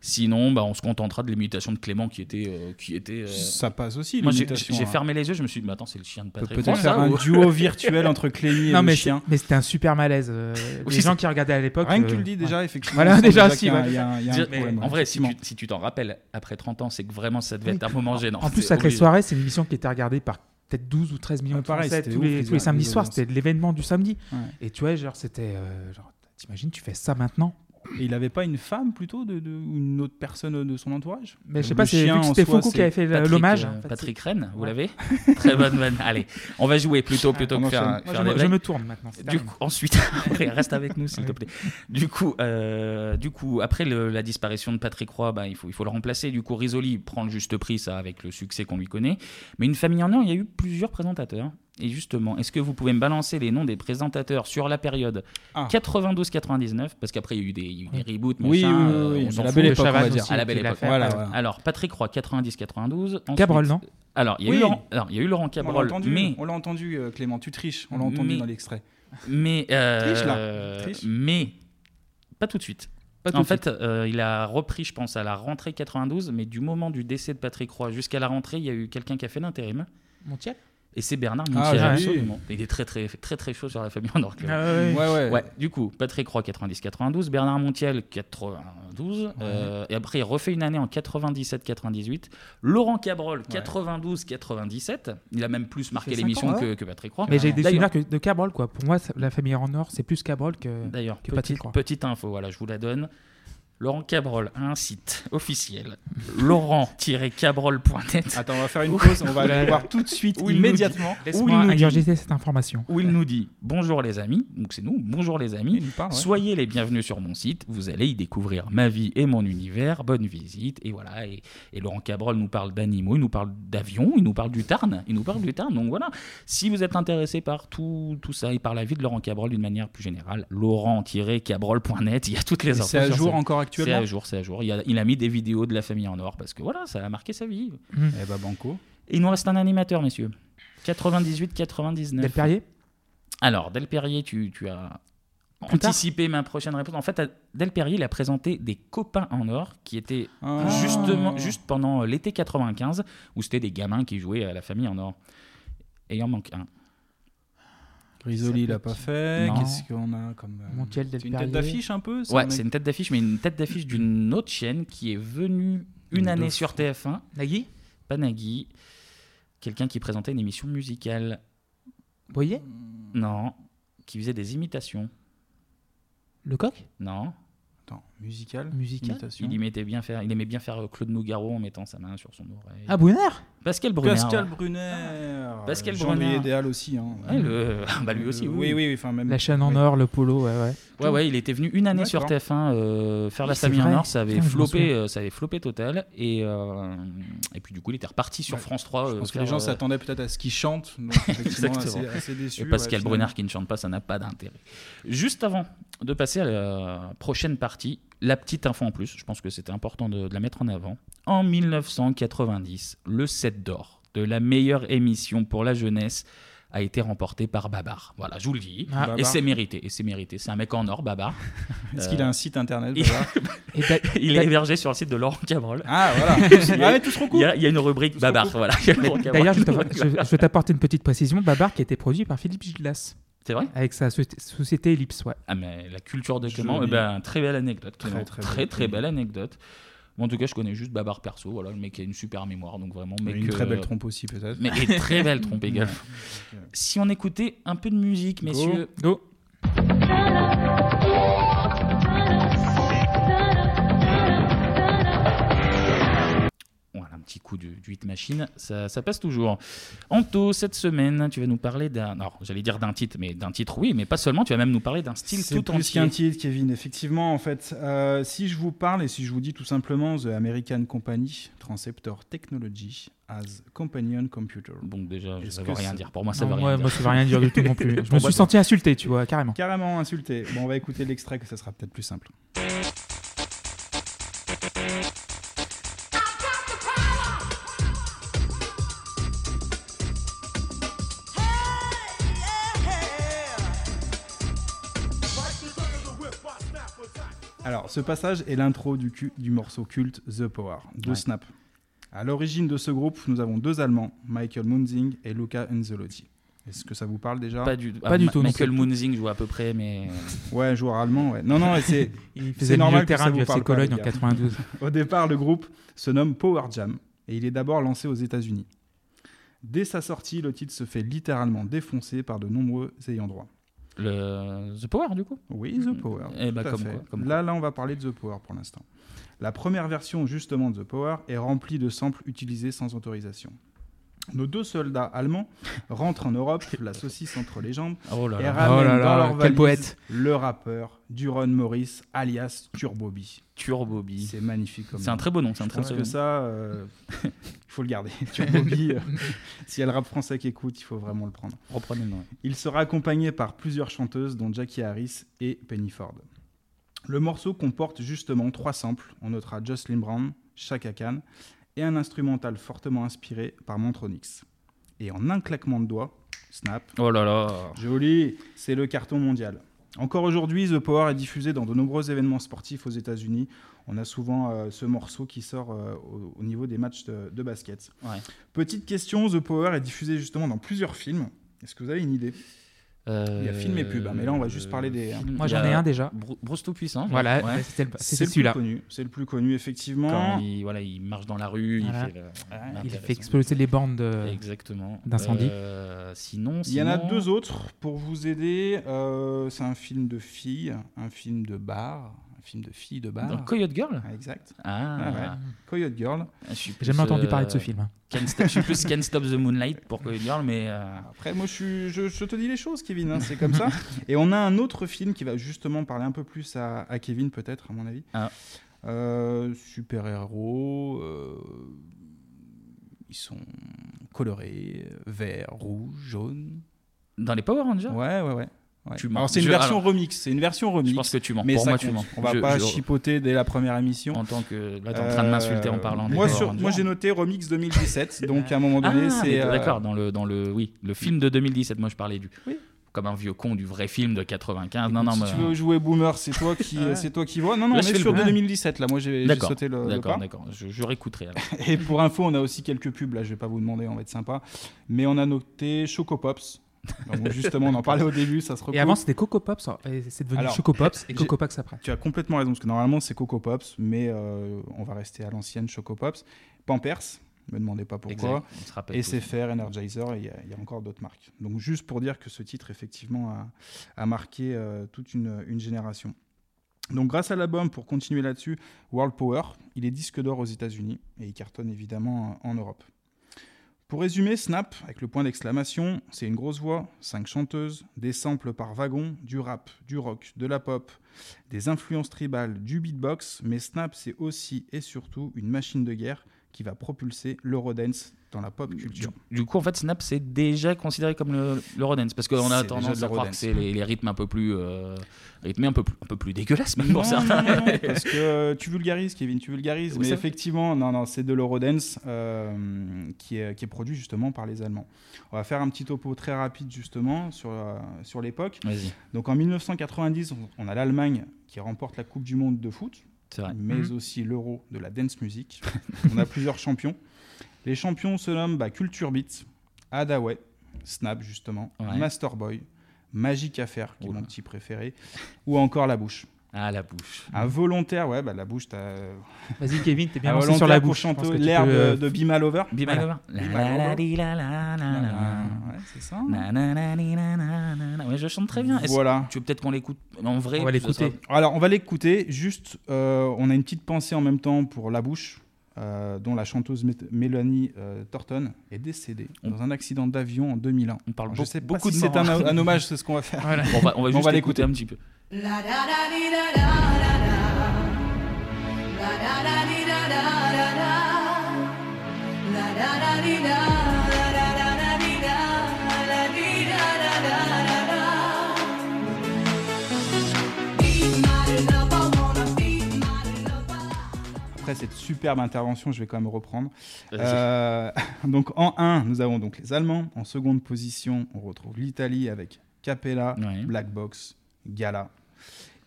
Speaker 1: Sinon, bah, on se contentera de l'imitation de Clément qui était, euh, qui était. euh,
Speaker 7: Ça passe aussi.
Speaker 1: Moi, j'ai
Speaker 7: l'imitation,
Speaker 1: j'ai
Speaker 7: hein.
Speaker 1: fermé les yeux. Je me suis dit, mais attends, c'est le chien de
Speaker 7: Peut-
Speaker 1: Patrick Roy.
Speaker 7: Peut-être faire
Speaker 1: ça,
Speaker 7: un
Speaker 1: ou-
Speaker 7: duo virtuel entre Clémy et
Speaker 6: Non,
Speaker 7: le
Speaker 6: mais
Speaker 7: chien.
Speaker 6: c'est- mais c'était un super malaise. euh,
Speaker 1: Oui,
Speaker 6: les gens
Speaker 1: c'est-
Speaker 6: qui regardaient à l'époque.
Speaker 7: Rien que tu
Speaker 6: euh,
Speaker 7: le dis
Speaker 6: ouais.
Speaker 7: déjà, effectivement.
Speaker 6: Voilà,
Speaker 7: on sent
Speaker 6: déjà,
Speaker 7: qu'il y a-
Speaker 6: si,
Speaker 7: il y a- il y a un
Speaker 1: Dire- mais
Speaker 7: problème, ouais,
Speaker 1: en vrai, si tu
Speaker 7: effectivement.
Speaker 1: si tu t'en rappelles, après 30 ans, c'est que vraiment ça devait
Speaker 6: Oui.
Speaker 1: être un moment gênant.
Speaker 6: En plus,
Speaker 1: C'est
Speaker 6: Sacré
Speaker 1: obligé.
Speaker 6: Soirée, c'est une émission qui était regardée par peut-être 12 ou 13 millions
Speaker 7: Ouais,
Speaker 6: de
Speaker 7: pareil,
Speaker 6: Français
Speaker 7: c'était
Speaker 6: tous,
Speaker 7: ouf,
Speaker 6: les,
Speaker 7: les-
Speaker 6: tous les samedis
Speaker 7: les
Speaker 6: soirs.
Speaker 7: audiences.
Speaker 6: C'était l'événement du samedi.
Speaker 7: Ouais.
Speaker 6: Et tu vois, genre, c'était. euh, genre, T'imagines, tu fais ça maintenant
Speaker 7: Et il avait pas une femme plutôt de, de- ou une autre personne de son entourage
Speaker 6: Mais je sais
Speaker 7: Le
Speaker 6: pas, c'est- vu
Speaker 7: chien,
Speaker 6: que
Speaker 7: en
Speaker 6: c'était
Speaker 7: soi,
Speaker 6: Foucault qui
Speaker 7: c'est
Speaker 6: avait fait
Speaker 1: Patrick,
Speaker 6: l'hommage.
Speaker 1: euh,
Speaker 6: en fait,
Speaker 1: Patrick Rennes, vous
Speaker 6: Ouais.
Speaker 1: l'avez Très bonne vanne. Allez, on va jouer plutôt, plutôt
Speaker 7: on
Speaker 1: que faire,
Speaker 7: enchaîne.
Speaker 6: c'est- Moi,
Speaker 1: faire
Speaker 6: je,
Speaker 1: des
Speaker 6: me, je
Speaker 1: blagues.
Speaker 6: me tourne maintenant. c'est
Speaker 1: Du
Speaker 6: terminé.
Speaker 1: coup, ensuite, après, reste avec nous s'il te plaît. Du coup, euh, du coup après le- la disparition de Patrick Roy, bah, il, faut, il faut le remplacer. Du coup, Risoli prend le juste prix, ça, avec le succès qu'on lui connaît. Mais une famille en or, il y a eu plusieurs présentateurs. Et justement, est-ce que vous pouvez me balancer les noms des présentateurs sur la période
Speaker 7: Ah.
Speaker 1: 92-99 Parce qu'après, il y a eu des, il y a eu des reboots,
Speaker 7: Oui,
Speaker 1: machin,
Speaker 7: oui, oui,
Speaker 1: euh,
Speaker 7: oui,
Speaker 1: on
Speaker 7: mais
Speaker 1: s'en
Speaker 7: la
Speaker 1: fout.
Speaker 7: belle
Speaker 6: Le
Speaker 7: époque, on va
Speaker 6: Chavannes
Speaker 7: dire.
Speaker 6: aussi,
Speaker 1: À la belle
Speaker 6: qui l'a
Speaker 1: époque,
Speaker 6: fait.
Speaker 7: Voilà, voilà.
Speaker 1: Alors, Patrick Roy, 90-92. ensuite-
Speaker 6: Cabrol, non
Speaker 1: Alors, il y a eu
Speaker 7: Oui.
Speaker 1: Laurent- alors, il y a eu Laurent
Speaker 7: On l'a
Speaker 1: Cabrol,
Speaker 7: entendu,
Speaker 1: mais,
Speaker 7: on l'a entendu, euh, Clément, tu triches, on l'a entendu
Speaker 1: Mais-
Speaker 7: dans l'extrait.
Speaker 1: mais, euh,
Speaker 7: Triche, là. Triche.
Speaker 1: mais pas tout de suite.
Speaker 7: tout
Speaker 1: en
Speaker 7: de
Speaker 1: fait, euh, il a repris, je pense, à la rentrée 92, mais du moment du décès de Patrick Roy jusqu'à la rentrée, il y a eu quelqu'un qui a fait l'intérim,
Speaker 6: Montiel
Speaker 1: et c'est Bernard
Speaker 7: Ah,
Speaker 1: Montiel.
Speaker 7: joli.
Speaker 1: absolument. Il est très très très très chaud sur la famille en or. Clément.
Speaker 7: Ah Ouais, ouais.
Speaker 1: Ouais, du coup, Patrick Roy 90-92, Bernard Montiel 92, euh, et après il refait une année en 97-98, Laurent Cabrol 92-97, il a même plus marqué
Speaker 7: fait
Speaker 1: l'émission
Speaker 7: cinq ans,
Speaker 1: que, que Patrick Roy.
Speaker 6: Mais j'ai des
Speaker 1: D'ailleurs-
Speaker 6: souvenirs que- de Cabrol, quoi. Pour moi, ça- la famille en or, c'est plus Cabrol que.
Speaker 1: D'ailleurs,
Speaker 6: que Patrick
Speaker 1: petite,
Speaker 6: Roy.
Speaker 1: petite info, voilà, je vous la donne. Laurent Cabrol a un site officiel, laurent-cabrol.net,
Speaker 7: Attends, on va faire une pause, on va aller voir Ah, tout de suite,
Speaker 1: Oui,
Speaker 7: immédiatement.
Speaker 6: Laisse-moi
Speaker 1: nous dit-
Speaker 6: ingurgiter cette information.
Speaker 1: où il nous dit Bonjour les amis, donc c'est nous, bonjour les amis.
Speaker 7: Il nous parle, ouais.
Speaker 1: Soyez les bienvenus sur mon site, vous allez y découvrir ma vie et mon univers, bonne visite, et voilà, et, et Laurent Cabrol nous parle d'animaux, il nous parle d'avions, il nous parle du Tarn, il nous parle du Tarn, donc voilà, si vous êtes intéressé par tout, tout ça et par la vie de Laurent Cabrol d'une manière plus générale, laurent-cabrol.net, il y a toutes les infos.
Speaker 7: C'est à
Speaker 1: sur
Speaker 7: jour
Speaker 1: ça.
Speaker 7: encore
Speaker 1: C'est
Speaker 7: actuellement
Speaker 1: à jour, c'est à jour. Il a, il a mis des vidéos de la famille en or parce que voilà, ça a marqué sa vie.
Speaker 7: Eh bah, Banco.
Speaker 1: Et il nous reste un animateur, messieurs. 98-99.
Speaker 6: Del Perrier
Speaker 1: Alors, Delperrier, tu, tu as
Speaker 6: Plus tard.
Speaker 1: anticipé ma prochaine réponse. En fait, à- Delperrier, il a présenté des copains en or qui étaient
Speaker 7: Ah.
Speaker 1: justement juste pendant euh, l'été 95 où c'était des gamins qui jouaient à la famille en or. Et il en manque un.
Speaker 7: Grisoli, il a pas fait.
Speaker 1: Non.
Speaker 7: Qu'est-ce qu'on a comme. euh,
Speaker 6: Montiel, Del
Speaker 7: C'est une tête
Speaker 6: Perrier.
Speaker 7: d'affiche un peu ça,
Speaker 1: Ouais,
Speaker 7: mec
Speaker 1: c'est une tête d'affiche, mais une tête d'affiche d'une autre chaîne qui est venue une
Speaker 7: De
Speaker 1: année
Speaker 7: fou.
Speaker 1: sur TF1
Speaker 6: Nagui
Speaker 1: Panagui, quelqu'un qui présentait une émission musicale.
Speaker 6: Boyer
Speaker 1: Non. Qui faisait des imitations.
Speaker 6: Lecoq
Speaker 1: Non.
Speaker 7: Attends, musical.
Speaker 1: Mmh.
Speaker 6: Musical
Speaker 7: imitation.
Speaker 1: Il, y mettait bien faire, il aimait bien faire euh, Claude Nougaro en mettant sa main sur son oreille.
Speaker 6: Ah, Brunner
Speaker 1: Pascal Brunner.
Speaker 7: Pascal
Speaker 1: ouais.
Speaker 7: Brunner.
Speaker 1: Pascal Brunner.
Speaker 7: Jean-Louis Déal aussi. Hein.
Speaker 1: Ouais, le- bah lui aussi, oui.
Speaker 7: Oui, oui, oui, enfin même.
Speaker 6: La chaîne en
Speaker 7: oui.
Speaker 6: or, le polo, ouais, ouais.
Speaker 1: Ouais, ouais, il était venu une année sur
Speaker 7: D'accord.
Speaker 1: TF1 euh, faire la
Speaker 6: Oui, c'est
Speaker 1: famille en
Speaker 6: vrai.
Speaker 1: or, ça avait
Speaker 6: Putain, je m'en
Speaker 1: flopé,
Speaker 6: souviens.
Speaker 1: euh, ça avait flopé total, et euh, et puis du coup il était reparti sur
Speaker 7: Ouais,
Speaker 1: France 3.
Speaker 7: Je
Speaker 1: euh,
Speaker 7: pense que
Speaker 1: faire,
Speaker 7: les gens
Speaker 1: euh,
Speaker 7: s'attendaient peut-être à ce qu'ils chantent. Donc, effectivement, assez,
Speaker 1: Exactement.
Speaker 7: assez déçus.
Speaker 1: Et Pascal
Speaker 7: ouais,
Speaker 1: Brunner
Speaker 7: finalement.
Speaker 1: qui ne chante pas, ça n'a pas d'intérêt. Juste avant de passer à la prochaine partie, la petite info en plus, je pense que c'était important de, de la mettre en avant. En 1990, le 7 d'or de la meilleure émission pour la jeunesse a été remporté par Babar. Voilà, je vous le dis.
Speaker 6: Ah.
Speaker 1: et
Speaker 7: Babar.
Speaker 1: c'est mérité. Et c'est mérité. C'est un mec en or, Babar.
Speaker 7: Est-ce qu'il a un site internet
Speaker 1: il-
Speaker 7: Babar
Speaker 6: Et d'a-
Speaker 1: Il est hébergé sur le site de Laurent Cabrol.
Speaker 7: Ah, voilà. ah, ouais, tout trop
Speaker 1: Il
Speaker 7: cool.
Speaker 1: y, a, il y a une rubrique Babar, voilà. Il y a Laurent Cabrol.
Speaker 6: D'ailleurs, je vais t'app- je je vais t'apporter une petite précision. Babar qui a été produit par Philippe Gildas
Speaker 1: C'est vrai
Speaker 6: avec sa soci- société Ellipse. Ouais.
Speaker 1: Ah, mais la culture de Clément,
Speaker 7: Joli.
Speaker 1: eh ben, très belle anecdote. Clément. Très,
Speaker 7: très
Speaker 1: très,
Speaker 7: belle.
Speaker 1: belle anecdote. Moi, en tout cas, je connais juste Babar perso. Voilà, le mec qui a une super mémoire, donc vraiment. Mec,
Speaker 7: une très
Speaker 1: euh,
Speaker 7: belle trompe aussi, peut-être.
Speaker 1: Mais et très belle trompe également.
Speaker 7: Ouais.
Speaker 1: Si on écoutait un peu de musique,
Speaker 7: Go.
Speaker 1: messieurs.
Speaker 6: Go.
Speaker 1: Voilà, un petit coup du, du hit machine, ça, ça passe toujours. Anto, cette semaine, tu vas nous parler d'un. Alors, j'allais dire d'un titre, mais d'un titre, oui, mais pas seulement, tu vas même nous parler d'un style
Speaker 7: C'est
Speaker 1: tout
Speaker 7: plus
Speaker 1: entier.
Speaker 7: qu'un titre, Kevin. Effectivement, en fait, euh, si je vous parle et si je vous dis tout simplement The American Company Transceptor Technology as Companion Computer.
Speaker 1: Bon, déjà,
Speaker 7: Est-ce
Speaker 1: ça
Speaker 7: que
Speaker 1: veut rien
Speaker 7: ça-
Speaker 1: dire. Pour moi, ça
Speaker 6: Non,
Speaker 1: veut rien
Speaker 6: moi,
Speaker 1: dire.
Speaker 6: moi, ça veut rien dire du tout non plus. Je
Speaker 1: Pour moi,
Speaker 6: me suis senti insulté, tu vois, carrément.
Speaker 7: Carrément insulté. Bon, on va écouter l'extrait que ça sera peut-être plus simple. Alors, ce passage est l'intro du, cu- du morceau culte The Power de
Speaker 1: Ouais.
Speaker 7: Snap. À l'origine de ce groupe, nous avons deux Allemands, Michael Munzing et Luca Anzalotti. Est-ce que ça vous parle déjà
Speaker 1: Pas du,
Speaker 6: Pas du
Speaker 1: Ah, Ma-
Speaker 6: tout, non,
Speaker 1: Michael
Speaker 6: c'est-
Speaker 1: Moonzing joue à peu près, mais.
Speaker 7: Ouais, joueur allemand, ouais. Non, non, et c'est
Speaker 6: Il
Speaker 7: C'est
Speaker 6: faisait le
Speaker 7: normal
Speaker 6: milieu
Speaker 7: que
Speaker 6: terrain
Speaker 7: ça
Speaker 6: du
Speaker 7: vous
Speaker 6: FC
Speaker 7: parle pas,
Speaker 6: Cologne
Speaker 7: les
Speaker 6: en
Speaker 7: gars.
Speaker 6: 92.
Speaker 7: Au départ, le groupe se nomme Power Jam et il est d'abord lancé aux États-Unis. Dès sa sortie, le titre se fait littéralement défoncer par de nombreux ayants droit.
Speaker 1: Le... The Power, du coup
Speaker 7: Oui, The Power.
Speaker 1: Eh ben,
Speaker 7: tout à
Speaker 1: comme
Speaker 7: fait.
Speaker 1: quoi, comme
Speaker 7: là, là, on va parler de The Power pour l'instant. La première version, justement, de The Power est remplie de samples utilisés sans autorisation. Nos deux soldats allemands rentrent en Europe, la saucisse entre les jambes,
Speaker 1: Oh là
Speaker 7: et
Speaker 1: là.
Speaker 7: ramènent
Speaker 6: Oh là là,
Speaker 7: dans leur valise
Speaker 6: quel poète.
Speaker 7: le rappeur Duron Morris, alias Turbo B.
Speaker 1: Turbo Bee.
Speaker 7: C'est magnifique comme
Speaker 1: C'est un
Speaker 7: nom.
Speaker 1: très beau nom, c'est un très
Speaker 7: Parce
Speaker 1: beau
Speaker 7: que
Speaker 1: nom.
Speaker 7: ça, euh, il faut le garder. Turbo Bee, euh, s'il y a le rap français qui écoute, il faut vraiment le prendre.
Speaker 1: Reprenez le nom. ouais.
Speaker 7: Il sera accompagné par plusieurs chanteuses, dont Jackie Harris et Penny Ford. Le morceau comporte justement trois samples. On notera Jocelyn Brown, Chaka Khan et un instrumental fortement inspiré par Montronix. Et en un claquement de doigts, snap,
Speaker 1: Oh là là.
Speaker 7: Joli, c'est le carton mondial. Encore aujourd'hui, The Power est diffusé dans de nombreux événements sportifs aux États-Unis. On a souvent euh, ce morceau qui sort euh, au, au niveau des matchs de, de basket.
Speaker 1: Ouais.
Speaker 7: Petite question, The Power est diffusé justement dans plusieurs films. Est-ce que vous avez une idée
Speaker 1: Bah,
Speaker 7: Il y a film et pub, hein, mais là, on va juste parler des-
Speaker 1: Euh,
Speaker 7: hein.
Speaker 1: film.
Speaker 6: Moi
Speaker 1: Il y
Speaker 6: j'en
Speaker 1: a
Speaker 6: ai un déjà.
Speaker 1: Brou- Bruce tout puissant.
Speaker 6: Voilà,
Speaker 1: Ouais.
Speaker 6: c'était le-
Speaker 7: C'est
Speaker 6: c'était
Speaker 7: le plus
Speaker 6: celui-là.
Speaker 7: connu. C'est le plus connu, effectivement.
Speaker 1: Quand il, voilà, il marche dans la rue, il
Speaker 6: Voilà.
Speaker 1: fait, le-
Speaker 6: Il
Speaker 1: l'intéressant.
Speaker 6: fait exploser les bandes de-
Speaker 1: Exactement.
Speaker 6: d'incendie.
Speaker 1: Euh, sinon,
Speaker 7: Il y en a
Speaker 1: sinon-
Speaker 7: deux autres pour vous aider. Euh, c'est un film de filles, un film de bar, un film de filles de bar.
Speaker 1: Dans euh, Coyote Girl
Speaker 7: Ah, exact.
Speaker 1: Ah,
Speaker 7: Ah Coyote Girl.
Speaker 1: Je suis
Speaker 6: J'ai jamais
Speaker 1: plus,
Speaker 6: entendu
Speaker 1: euh,
Speaker 6: parler de ce film.
Speaker 1: Can't Stop- je suis plus Can't Stop the Moonlight pour Coyote Girl, mais. euh,
Speaker 7: Après, moi, je, suis- je- je te dis les choses, Kevin, hein, c'est comme ça. Et on a un autre film qui va justement parler un peu plus à, à Kevin, peut-être, à mon avis.
Speaker 1: Ah.
Speaker 7: Euh, Super-héros, euh, ils sont colorés, euh, vert, rouge, jaune.
Speaker 1: Dans les Power Rangers
Speaker 7: Ouais, ouais, ouais. ouais.
Speaker 1: Tu
Speaker 7: alors,
Speaker 1: mens.
Speaker 7: c'est une
Speaker 1: Je-
Speaker 7: version
Speaker 1: alors-
Speaker 7: remix, c'est une version remix.
Speaker 1: Je pense que tu mens.
Speaker 7: mais
Speaker 1: pour
Speaker 7: ça
Speaker 1: moi,
Speaker 7: compte.
Speaker 1: tu mens.
Speaker 7: On va
Speaker 1: Je-
Speaker 7: pas
Speaker 1: je-
Speaker 7: chipoter dès la première émission.
Speaker 1: En tant que. Là, t'es en train de
Speaker 7: Euh,
Speaker 1: m'insulter en parlant des
Speaker 7: Moi,
Speaker 1: Power
Speaker 7: sur-
Speaker 1: Rangers.
Speaker 7: moi j'ai noté remix 2017, donc à un moment donné,
Speaker 1: Ah,
Speaker 7: c'est.
Speaker 1: mais
Speaker 7: euh,
Speaker 1: D'accord, dans le, dans le, oui, le film de 2017, moi je parlais du.
Speaker 7: Oui.
Speaker 1: Comme un vieux con du vrai film de 95. Non,
Speaker 7: Écoute,
Speaker 1: non,
Speaker 7: si
Speaker 1: mais- euh,
Speaker 7: tu veux jouer boomer, c'est toi qui,
Speaker 1: Ouais.
Speaker 7: c'est toi qui vois. Non, non,
Speaker 1: Là, je
Speaker 7: on est
Speaker 1: fais le
Speaker 7: sur
Speaker 1: boomer.
Speaker 7: 2017 là. Moi, j'ai j'ai
Speaker 1: D'accord,
Speaker 7: sauté le, le
Speaker 1: D'accord,
Speaker 7: pas.
Speaker 1: d'accord. Je, je réécouterai. alors.
Speaker 7: Et pour info, on a aussi quelques pubs. Là, je vais pas vous demander, on va être sympa. Mais on a noté Choco Pops. Donc, justement, on en parlait au début, ça se recoupe.
Speaker 6: Et avant c'était Coco Pops, hein, et c'est devenu
Speaker 7: Alors,
Speaker 6: Choco Pops et
Speaker 7: j'ai-
Speaker 6: Coco Pops après.
Speaker 7: Tu as complètement raison, parce que normalement c'est Coco Pops, mais euh, on va rester à l'ancienne Choco Pops. Pampers, me demandez pas pourquoi.
Speaker 1: Exact, on se rappelle
Speaker 7: Et
Speaker 1: tous.
Speaker 7: SFR, Energizer, et il y, a- il y a encore d'autres marques. Donc juste pour dire que ce titre, effectivement, a, a marqué euh, toute une, une génération. Donc grâce à l'album, pour continuer là-dessus, World Power, il est disque d'or aux États-Unis et il cartonne évidemment euh, en Europe. Pour résumer, Snap, avec le point d'exclamation, c'est une grosse voix, cinq chanteuses, des samples par wagon, du rap, du rock, de la pop, des influences tribales, du beatbox, mais Snap, c'est aussi et surtout une machine de guerre qui va propulser l'Eurodance dans la pop culture.
Speaker 1: Du coup, en fait, Snap, c'est déjà considéré comme le, le Rodance, parce qu'on a
Speaker 7: C'est déjà
Speaker 1: tendance
Speaker 7: de
Speaker 1: à
Speaker 7: la
Speaker 1: croire que
Speaker 7: Rodance.
Speaker 1: c'est les, les rythmes un peu plus euh, rythmés, un peu plus, un peu plus dégueulasses même pour
Speaker 7: Non, non,
Speaker 1: certains.
Speaker 7: non, non, parce que euh, tu vulgarises, Kevin, tu vulgarises.
Speaker 1: Oui,
Speaker 7: mais
Speaker 1: ça-
Speaker 7: effectivement, non, non, c'est de l'Eurodance euh, qui, est, qui est produit justement par les Allemands. On va faire un petit topo très rapide justement sur, euh, sur l'époque.
Speaker 1: Vas-y,
Speaker 7: Donc en 1990, on- on a l'Allemagne qui remporte la Coupe du Monde de foot,
Speaker 1: c'est vrai.
Speaker 7: mais
Speaker 6: Mhm.
Speaker 7: aussi l'Euro de la dance music. on a plusieurs champions. Les champions se nomment bah, Culture Beat, Adaway, Snap justement,
Speaker 1: Ouais.
Speaker 7: Masterboy, Magic Affair, qui est
Speaker 1: Oula.
Speaker 7: mon petit préféré, ou encore La Bouche.
Speaker 1: Ah, la bouche.
Speaker 7: Un volontaire, ouais, bah, La Bouche, t'as
Speaker 6: Vas-y, Kevin, t'es bien
Speaker 7: un
Speaker 6: lancé
Speaker 7: volontaire
Speaker 6: sur la
Speaker 7: pour
Speaker 6: bouche. je pense que
Speaker 7: chanter
Speaker 6: tu
Speaker 7: l'air
Speaker 6: peux, euh,
Speaker 7: de, de Be My Lover.
Speaker 1: Be my
Speaker 7: Voilà.
Speaker 1: lover. La
Speaker 7: Be my
Speaker 1: la
Speaker 7: lover.
Speaker 1: di la la la la.
Speaker 7: Euh, Ouais, c'est ça.
Speaker 1: Na na na ni na na na na. Ouais, je chante très bien. Est-ce-
Speaker 7: Voilà.
Speaker 1: Tu veux peut-être qu'on l'écoute en vrai
Speaker 6: On va
Speaker 1: ce sera-
Speaker 6: l'écouter.
Speaker 7: Alors, on va l'écouter. Juste, euh, on a une petite pensée en même temps pour La Bouche, euh, dont la chanteuse Mé- Mélanie euh, Thornton est décédée dans un accident d'avion en 2001.
Speaker 1: On parle
Speaker 7: Alors,
Speaker 1: beau-
Speaker 7: je sais pas
Speaker 1: beaucoup
Speaker 7: si
Speaker 1: de
Speaker 7: c'est
Speaker 1: morts.
Speaker 7: un, un hommage, c'est ce qu'on va faire.
Speaker 6: Voilà.
Speaker 1: Bon, on va, on va
Speaker 7: On
Speaker 1: juste
Speaker 7: va
Speaker 1: l'écouter
Speaker 7: l'écouter.
Speaker 1: un petit peu.
Speaker 7: Après cette superbe intervention, je vais quand même reprendre.
Speaker 1: Vas-y.
Speaker 7: Euh, donc, en 1, nous avons donc les Allemands. En seconde position, on retrouve l'Italie avec Capella,
Speaker 1: Ouais.
Speaker 7: Black Box, Gala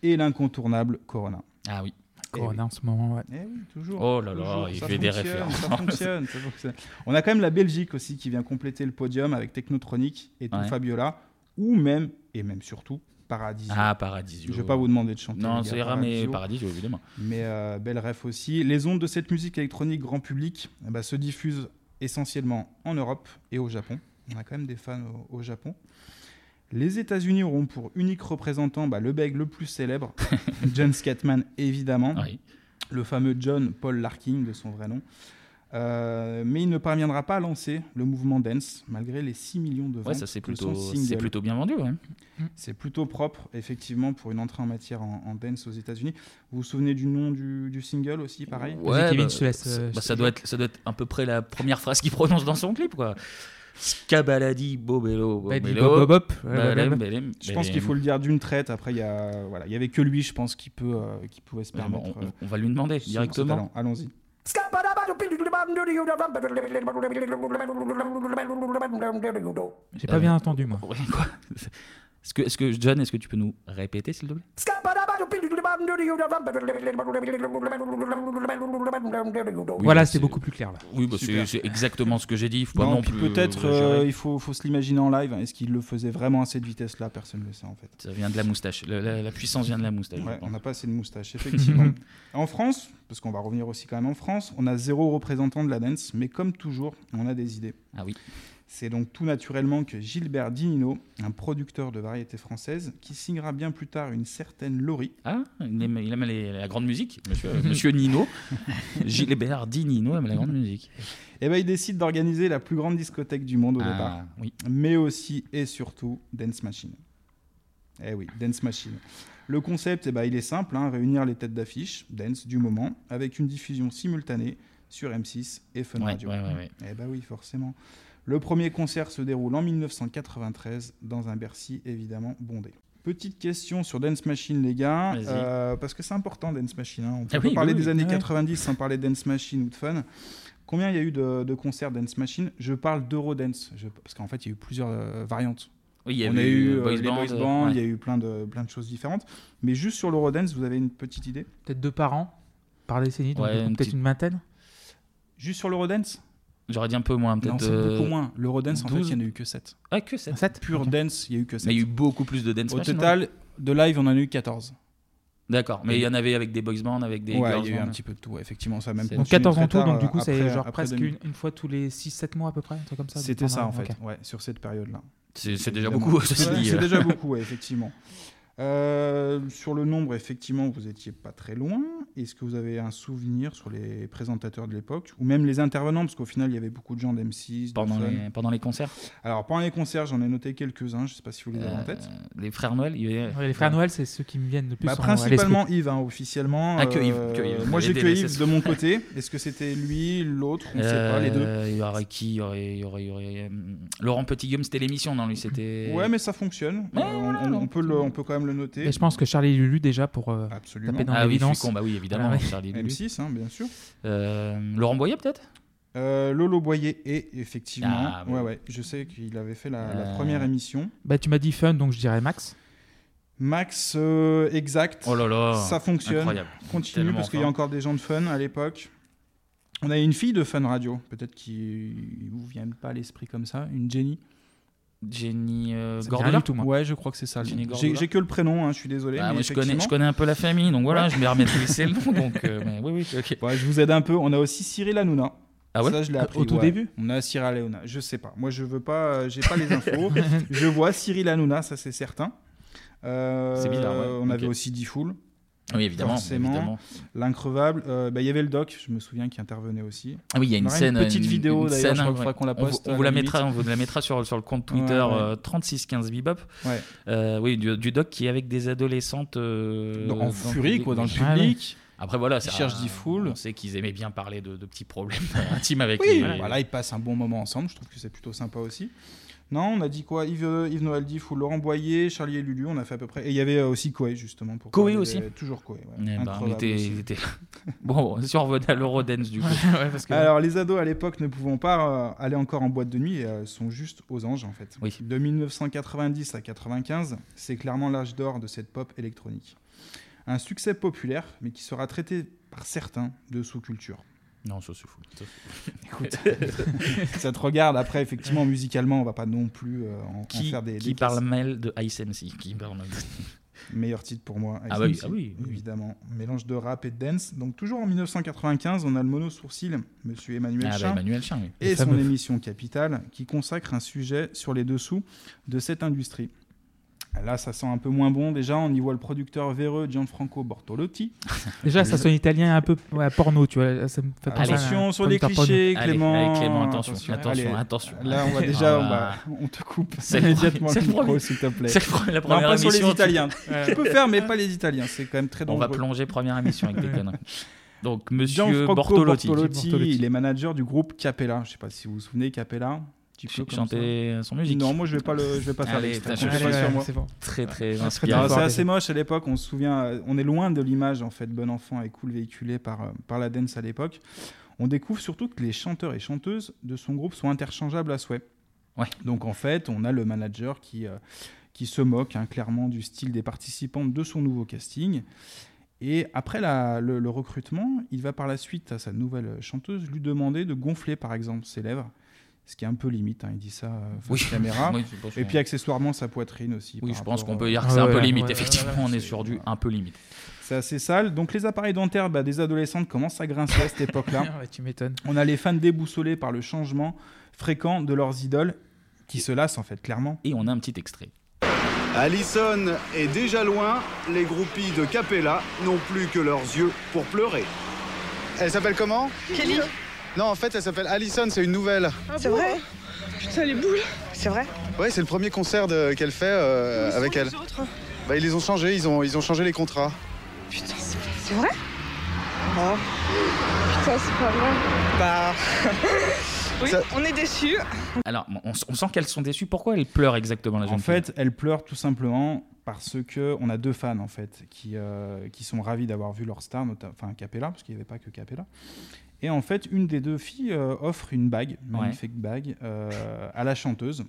Speaker 7: et l'incontournable Corona.
Speaker 1: Ah oui.
Speaker 6: Corona en ce moment, ouais.
Speaker 7: Eh oui, toujours.
Speaker 1: Oh là là,
Speaker 7: toujours.
Speaker 1: il
Speaker 7: Ça
Speaker 1: fait des
Speaker 7: fonctionne, Ça
Speaker 1: références.
Speaker 7: fonctionne, ça fonctionne. On a quand même la Belgique aussi qui vient compléter le podium avec Technotronic et tout
Speaker 1: Ouais.
Speaker 7: Fabiola, ou même, et même surtout, Paradis.
Speaker 1: Ah, Paradisio.
Speaker 7: Je vais pas vous demander de chanter.
Speaker 1: Non,
Speaker 7: les gars,
Speaker 1: c'est rare, mais
Speaker 7: Paradiso.
Speaker 1: Paradisio, évidemment.
Speaker 7: Mais euh, belle ref aussi. Les ondes de cette musique électronique grand public eh ben, se diffusent essentiellement en Europe et au Japon. On a quand même des fans au, au Japon. Les États-Unis auront pour unique représentant bah, le bègue le plus célèbre, John Scatman évidemment,
Speaker 1: Oui.
Speaker 7: le fameux John Paul Larkin de son vrai nom. Euh, mais il ne parviendra pas à lancer le mouvement dance malgré les 6 millions de ventes
Speaker 1: Ouais, ça c'est
Speaker 7: que son
Speaker 1: plutôt, c'est
Speaker 7: single.
Speaker 1: plutôt bien vendu, ouais.
Speaker 7: C'est plutôt propre, effectivement, pour une entrée en matière en, en dance aux États-Unis. Vous vous souvenez du nom du, du single aussi, pareil
Speaker 6: Vas-y, Kevin, je te laisse,
Speaker 1: ça-
Speaker 6: euh,
Speaker 1: bah,
Speaker 6: je te
Speaker 1: ça, doit être, ça doit être à peu près la première phrase qu'il prononce dans son clip, quoi. Scabaladi, Bobello,
Speaker 6: Bah, dis
Speaker 1: Bobello.
Speaker 6: Bob, Bob, Bob. Ouais, bah, ouais,
Speaker 1: Belem,
Speaker 6: ouais.
Speaker 1: Belem,
Speaker 7: Je pense
Speaker 1: Belem.
Speaker 7: qu'il faut le dire d'une traite. Après, il y a, voilà, il y avait que lui, je pense, qui peut, euh, qui pouvait se
Speaker 1: Ouais, bon,
Speaker 7: permettre.
Speaker 1: Ben, on,
Speaker 7: euh,
Speaker 1: on va lui demander
Speaker 7: ce-
Speaker 1: directement.
Speaker 7: ce talent. Allons-y.
Speaker 6: J'ai pas bien entendu, moi.
Speaker 1: Ouais, quoi. Est-ce que, est-ce que, John, est-ce que tu peux nous répéter, s'il te plaît
Speaker 6: Voilà,
Speaker 1: bah,
Speaker 6: c'est beaucoup plus clair, là.
Speaker 1: Oui, bah, c'est
Speaker 7: Super.
Speaker 1: c'est exactement ce que j'ai dit. Il faut pas
Speaker 7: Non,
Speaker 1: non
Speaker 7: puis
Speaker 1: plus.
Speaker 7: peut-être,
Speaker 1: exagérer.
Speaker 7: euh, il faut, faut se l'imaginer en live. Est-ce qu'il le faisait vraiment à cette vitesse-là Personne ne le sait, en fait.
Speaker 1: Ça vient de la moustache. La, la- la puissance vient de la moustache. je
Speaker 7: Ouais, on
Speaker 1: pense.
Speaker 7: n'a pas assez de moustaches, effectivement. en France, parce qu'on va revenir aussi quand même en France, on a zéro représentant de la dance, mais comme toujours, on a des idées.
Speaker 1: Ah oui.
Speaker 7: C'est donc tout naturellement que Gilbert Dinino, un producteur de variété française, qui signera bien plus tard une certaine Laurie,
Speaker 1: Ah, il aime, il aime les- la grande musique, monsieur, monsieur Nino. Gilbert dit Nino aime la grande musique.
Speaker 7: eh ben, il décide d'organiser la plus grande discothèque du monde au départ,
Speaker 1: Ah, oui.
Speaker 7: mais aussi et surtout Dance Machine. Eh oui, Dance Machine. Le concept, eh ben, il est simple, hein, réunir les têtes d'affiche, dance du moment, avec une diffusion simultanée sur M6 et Fun
Speaker 1: Ouais,
Speaker 7: Radio.
Speaker 1: ouais, ouais, ouais.
Speaker 7: Eh ben oui, forcément. Le premier concert se déroule en 1993 dans un Bercy évidemment bondé. Petite question sur Dance Machine, les gars,
Speaker 1: Vas-y.
Speaker 7: euh, parce que c'est important Dance Machine. hein. On peut
Speaker 1: Ah
Speaker 7: pas
Speaker 1: oui,
Speaker 7: parler
Speaker 1: oui,
Speaker 7: des
Speaker 1: oui.
Speaker 7: années
Speaker 1: Ouais.
Speaker 7: 90 sans parler de Dance Machine ou de fun. Combien il y a eu de, de concerts Dance Machine Je parle d'Eurodance, je- parce qu'en fait il y a eu plusieurs euh, variantes.
Speaker 1: Oui, il y
Speaker 7: On a
Speaker 1: avait
Speaker 7: eu
Speaker 1: eu
Speaker 7: euh,
Speaker 1: Boys
Speaker 7: les
Speaker 1: Band,
Speaker 7: boys
Speaker 1: euh,
Speaker 7: bands,
Speaker 1: ouais.
Speaker 7: il y a eu plein de, plein de choses différentes. Mais juste sur l'Eurodance, vous avez une petite idée
Speaker 6: Peut-être deux par an, par décennie, donc
Speaker 1: Ouais,
Speaker 6: du
Speaker 1: une
Speaker 6: coup, peut-être
Speaker 1: petite-
Speaker 6: une vingtaine.
Speaker 7: Juste sur l'Eurodance
Speaker 1: J'aurais dit un peu moins,
Speaker 7: Non,
Speaker 1: peut-être.
Speaker 7: c'est
Speaker 1: euh,
Speaker 7: beaucoup moins. L'Eurodance, en fait, il
Speaker 1: 12.
Speaker 7: n'y en a eu que 7.
Speaker 1: Ah, que ça.
Speaker 6: Sept
Speaker 7: Pure
Speaker 6: Ok.
Speaker 7: Dance, il n'y a eu que 7.
Speaker 1: Mais il y a eu beaucoup plus de dance
Speaker 7: Au
Speaker 1: machine,
Speaker 7: total, de live, on en a eu 14.
Speaker 1: non D'accord, mais il y en avait avec des boys bands, avec des
Speaker 7: ouais,
Speaker 1: girls
Speaker 7: il y a eu
Speaker 1: bands.
Speaker 7: un petit peu de tout, effectivement. Ça a même
Speaker 1: C'est-
Speaker 6: Donc
Speaker 7: continué
Speaker 6: 14 en
Speaker 7: très
Speaker 6: tout,
Speaker 7: tard,
Speaker 6: donc du coup,
Speaker 7: euh,
Speaker 6: c'est
Speaker 7: après-
Speaker 6: genre
Speaker 7: après
Speaker 6: presque
Speaker 7: 2000.
Speaker 6: une, une fois tous les 6-7 mois à peu près, un truc comme ça. de
Speaker 7: C'était
Speaker 6: prendre
Speaker 7: ça,
Speaker 6: un-
Speaker 7: en fait,
Speaker 6: ok.
Speaker 7: ouais, sur cette période-là.
Speaker 1: C'est c'est déjà
Speaker 7: Évidemment.
Speaker 1: beaucoup, ceci
Speaker 7: Ouais,
Speaker 1: dit. euh,
Speaker 7: C'est déjà beaucoup, ouais, effectivement. Euh, sur le nombre, effectivement, vous étiez pas très loin. Est-ce que vous avez un souvenir sur les présentateurs de l'époque ou même les intervenants Parce qu'au final, il y avait beaucoup de gens d'M6. de
Speaker 1: Pendant
Speaker 7: fun.
Speaker 1: les, pendant les concerts
Speaker 7: Alors, pendant les concerts, j'en ai noté quelques-uns. Je sais pas si vous les avez en
Speaker 1: Euh,
Speaker 7: tête.
Speaker 1: Les frères Noël il y avait-
Speaker 6: Ouais, les frères Noël, c'est ceux qui me viennent le plus.
Speaker 7: Bah,
Speaker 6: en- à l'esprit.
Speaker 7: principalement Yves, hein, officiellement. Euh,
Speaker 1: Ah, que Yves, que Yves.
Speaker 7: Moi,
Speaker 1: Les
Speaker 7: j'ai que
Speaker 1: DLSS.
Speaker 7: Yves de mon côté. Est-ce que c'était lui, l'autre On ne sait pas, les deux.
Speaker 1: Euh, Il y aurait qui Il y aurait, il y aurait- il y aurait, hum, Laurent Petit-Guillaume, c'était l'émission, non Lui, c'était.
Speaker 7: Ouais, mais ça fonctionne.
Speaker 1: Euh, Ouais,
Speaker 7: Euh, on,
Speaker 1: voilà, Bah,
Speaker 7: on-
Speaker 1: non.
Speaker 7: on peut le- on peut quand même le noter.
Speaker 6: Et je pense que Charlie Lulu, déjà, pour. euh,
Speaker 7: Absolument.
Speaker 6: taper dans
Speaker 1: Ah oui, je suis
Speaker 6: l'évidence.
Speaker 1: con, bah oui, évidemment,
Speaker 6: Voilà,
Speaker 1: Charlie Lulu.
Speaker 7: M6, hein, bien sûr.
Speaker 1: Euh, Laurent Boyer, peut-être
Speaker 7: Euh, Lolo Boyer est effectivement.
Speaker 1: Ah,
Speaker 7: ouais,
Speaker 1: ouais.
Speaker 7: ouais. Je sais qu'il avait fait la, la
Speaker 1: Euh.
Speaker 7: première émission.
Speaker 6: Bah, tu m'as dit fun, donc je dirais Max.
Speaker 7: Max euh, exact.
Speaker 1: Oh là là
Speaker 7: Ça fonctionne.
Speaker 1: Incroyable.
Speaker 7: Continue
Speaker 1: Tellement hein.
Speaker 7: parce qu'il y a
Speaker 1: fort.
Speaker 7: encore des gens de fun à l'époque. On a une fille de Fun Radio, peut-être qui vous vient pas à l'esprit comme ça, une Jenny.
Speaker 1: Jenny euh,
Speaker 6: Ça me dit rien
Speaker 1: Gordela
Speaker 6: du tout, moi.
Speaker 7: Ouais, je crois que c'est ça. le
Speaker 1: Jenny
Speaker 7: nom.
Speaker 1: Gordula.
Speaker 7: J'ai j'ai que le prénom, hein, je suis désolé.
Speaker 1: Ah,
Speaker 7: mais
Speaker 1: moi, je connais,
Speaker 7: effectivement.
Speaker 1: je connais un peu la famille, donc voilà, je vais remaîtriser le nom. Donc, euh, mais oui, oui, ok.
Speaker 7: Ouais, je vous aide un peu. On a aussi Cyril Hanouna.
Speaker 1: Ah ouais
Speaker 7: ça, je l'ai
Speaker 6: Au-
Speaker 7: appris
Speaker 6: au tout
Speaker 7: ouais.
Speaker 6: début
Speaker 7: On a Cyril Hanouna. Je sais pas. Moi, je veux pas. euh, J'ai pas les infos. je vois Cyril Hanouna, ça c'est certain. Euh,
Speaker 1: C'est bizarre, ouais.
Speaker 7: On avait
Speaker 1: Ok.
Speaker 7: aussi Difool,
Speaker 1: Oui, évidemment.
Speaker 7: Forcément.
Speaker 1: évidemment.
Speaker 7: l'increvable. Euh, bah, Il y avait le doc, je me souviens, qui intervenait aussi.
Speaker 1: Ah oui, il y a une
Speaker 7: On aura
Speaker 1: scène.
Speaker 7: une petite
Speaker 1: une-
Speaker 7: vidéo,
Speaker 1: une scène,
Speaker 7: d'ailleurs, je crois qu'il
Speaker 1: ouais.
Speaker 7: faudra qu'on la
Speaker 1: On vous-
Speaker 7: poste,
Speaker 1: On,
Speaker 7: à
Speaker 1: vous
Speaker 7: la
Speaker 1: la mettra, on vous la mettra sur, sur le compte
Speaker 7: Ouais,
Speaker 1: Twitter
Speaker 7: ouais.
Speaker 1: euh, 3615 Bebop.
Speaker 7: Ouais.
Speaker 1: Euh, oui, du, du doc qui est avec des adolescentes. euh,
Speaker 7: Dans-
Speaker 1: dans
Speaker 7: en
Speaker 1: le
Speaker 7: furie,
Speaker 1: public,
Speaker 7: quoi, dans le
Speaker 1: oui.
Speaker 6: Ah,
Speaker 7: public.
Speaker 1: Après, voilà, ça.
Speaker 7: cherchent des foules.
Speaker 1: On sait qu'ils aimaient bien parler de, de petits problèmes intimes avec
Speaker 7: Oui,
Speaker 1: les-
Speaker 7: voilà, ils passent un bon moment ensemble. Je trouve que c'est plutôt sympa aussi. Non, on a dit quoi Yves, euh, Yves Noël Difool, Laurent Boyer, Charlie et Lulu, on a fait à peu près. Et il y avait euh, aussi Koé, justement. Pour
Speaker 1: Koé
Speaker 7: parler
Speaker 1: aussi
Speaker 7: des- Toujours Koé. ouais.
Speaker 1: Eh ben,
Speaker 7: Increvable
Speaker 1: il était,
Speaker 7: aussi.
Speaker 1: il était- Bon, si on revenait à l'Eurodance, du coup.
Speaker 6: Ouais, parce que-
Speaker 7: Alors, les ados à l'époque ne pouvant pas euh, aller encore en boîte de nuit et euh, sont juste aux anges en fait.
Speaker 1: Oui.
Speaker 7: De 1990 à 95, c'est clairement l'âge d'or de cette pop électronique. Un succès populaire, mais qui sera traité par certains de sous-culture.
Speaker 1: Non, ça c'est fou. Ça, c'est-
Speaker 7: Ça te regarde après, effectivement, musicalement, on va pas non plus euh, en, en
Speaker 1: Qui,
Speaker 7: faire des,
Speaker 1: qui
Speaker 7: des
Speaker 1: parle mal de Ice MC qui parle-
Speaker 7: caisses. meilleur titre pour moi.
Speaker 1: Ah oui,
Speaker 7: SMC,
Speaker 1: ah oui, oui, oui.
Speaker 7: évidemment. Mélange de rap et de dance. Donc toujours en 1995, on a le mono sourcil, Monsieur Emmanuel
Speaker 1: Ah bah,
Speaker 7: Chin.
Speaker 1: Emmanuel Chin, oui.
Speaker 7: et
Speaker 6: Le
Speaker 7: son
Speaker 6: fameux.
Speaker 7: émission Capital qui consacre un sujet sur les dessous de cette industrie. Là, ça sent un peu moins bon. Déjà, on y voit le producteur véreux Gianfranco Bortolotti.
Speaker 6: Déjà, ça sonne italien un peu ouais, porno, tu vois. Ça me fait penser à un
Speaker 7: Ah, Attention sur les
Speaker 6: producteur porno.
Speaker 7: clichés,
Speaker 1: Allez,
Speaker 7: Clément.
Speaker 1: allez, Clément, attention, attention,
Speaker 7: Allez,
Speaker 1: attention.
Speaker 7: Là, on va déjà,
Speaker 1: Ah
Speaker 7: on, va-
Speaker 1: bah,
Speaker 7: on te coupe
Speaker 1: C'est le
Speaker 7: immédiatement
Speaker 1: premier-
Speaker 7: le
Speaker 1: c'est le
Speaker 7: micro,
Speaker 1: premier.
Speaker 7: s'il te plaît.
Speaker 1: C'est le- la
Speaker 7: Non,
Speaker 1: première
Speaker 7: pas sur les
Speaker 1: émission, tu-
Speaker 7: Italiens. Tu peux faire, mais pas les Italiens. C'est quand même très
Speaker 1: On
Speaker 7: dangereux.
Speaker 1: va plonger première émission avec des conneries. Donc, monsieur
Speaker 7: Gianfranco
Speaker 1: Bortolotti,
Speaker 7: Bortolotti,
Speaker 6: Bortolotti.
Speaker 7: il est manager du groupe Capella. Je sais pas si vous vous souvenez, Capella. Tu
Speaker 1: qui chantait son musique.
Speaker 7: Non, moi je vais pas le, je vais pas faire
Speaker 1: Allez,
Speaker 7: l'extrait.
Speaker 1: t'as-
Speaker 6: Allez,
Speaker 7: Je suis pas
Speaker 6: ouais,
Speaker 7: sûr, moi.
Speaker 6: c'est bon.
Speaker 1: Très, très
Speaker 6: Il y a
Speaker 7: Non,
Speaker 1: inspiré.
Speaker 6: encore
Speaker 7: c'est
Speaker 6: des-
Speaker 7: assez moche à l'époque, on se souvient, euh, on est loin de l'image en fait, bon enfant et cool véhiculé par, euh, par la dance à l'époque. On découvre surtout que les chanteurs et chanteuses de son groupe sont interchangeables à souhait.
Speaker 1: Ouais.
Speaker 7: Donc en fait, on a le manager qui, euh, qui se moque hein, clairement du style des participants de son nouveau casting. Et après la- le, le recrutement, il va par la suite à sa nouvelle chanteuse lui demander de gonfler par exemple ses lèvres, ce qui est un peu limite, hein, il dit ça euh, face
Speaker 1: Oui.
Speaker 7: caméra.
Speaker 1: Oui, je pense
Speaker 7: Et
Speaker 1: qu'on-
Speaker 7: puis accessoirement sa poitrine aussi.
Speaker 1: oui,
Speaker 7: par
Speaker 1: je pense
Speaker 7: rapport,
Speaker 1: qu'on
Speaker 7: euh,
Speaker 1: peut dire que c'est un
Speaker 6: Ouais,
Speaker 1: peu
Speaker 6: ouais,
Speaker 1: limite.
Speaker 6: ouais,
Speaker 1: Effectivement,
Speaker 7: ouais,
Speaker 1: on est
Speaker 7: c'est-
Speaker 1: sur du un peu limite.
Speaker 7: C'est assez sale. Donc les appareils dentaires bah, des adolescentes commencent à grincer à cette époque-là.
Speaker 6: Ouais, tu m'étonnes.
Speaker 7: On a les fans déboussolés par le changement fréquent de leurs idoles qui se lassent en fait clairement.
Speaker 1: Et on a un petit extrait.
Speaker 10: Allison est déjà loin, les groupies de Capella n'ont plus que leurs yeux pour pleurer. Elle s'appelle comment
Speaker 9: Kelly
Speaker 10: Non, en fait, elle s'appelle Allison, c'est une nouvelle.
Speaker 9: C'est vrai Putain, les boules C'est vrai
Speaker 10: Ouais, c'est le premier concert de- qu'elle fait euh, avec elle. Bah, ils les ont changés, ils ont, ils ont changé les contrats.
Speaker 9: Putain, c'est c'est vrai Oh. Putain, c'est pas vrai. Bah. oui,
Speaker 10: Ça-
Speaker 9: on est déçus.
Speaker 1: Alors, on, on sent qu'elles sont déçues. Pourquoi elles pleurent exactement, la jeune
Speaker 7: En fait, elle pleure tout simplement parce que on a deux fans en fait qui, euh, qui sont ravis d'avoir vu leur star, nota- enfin Capella parce qu'il n'y avait pas que Capella. Et en fait, une des deux filles euh, offre une bague, une
Speaker 1: Ouais.
Speaker 7: magnifique bague, euh, à la chanteuse.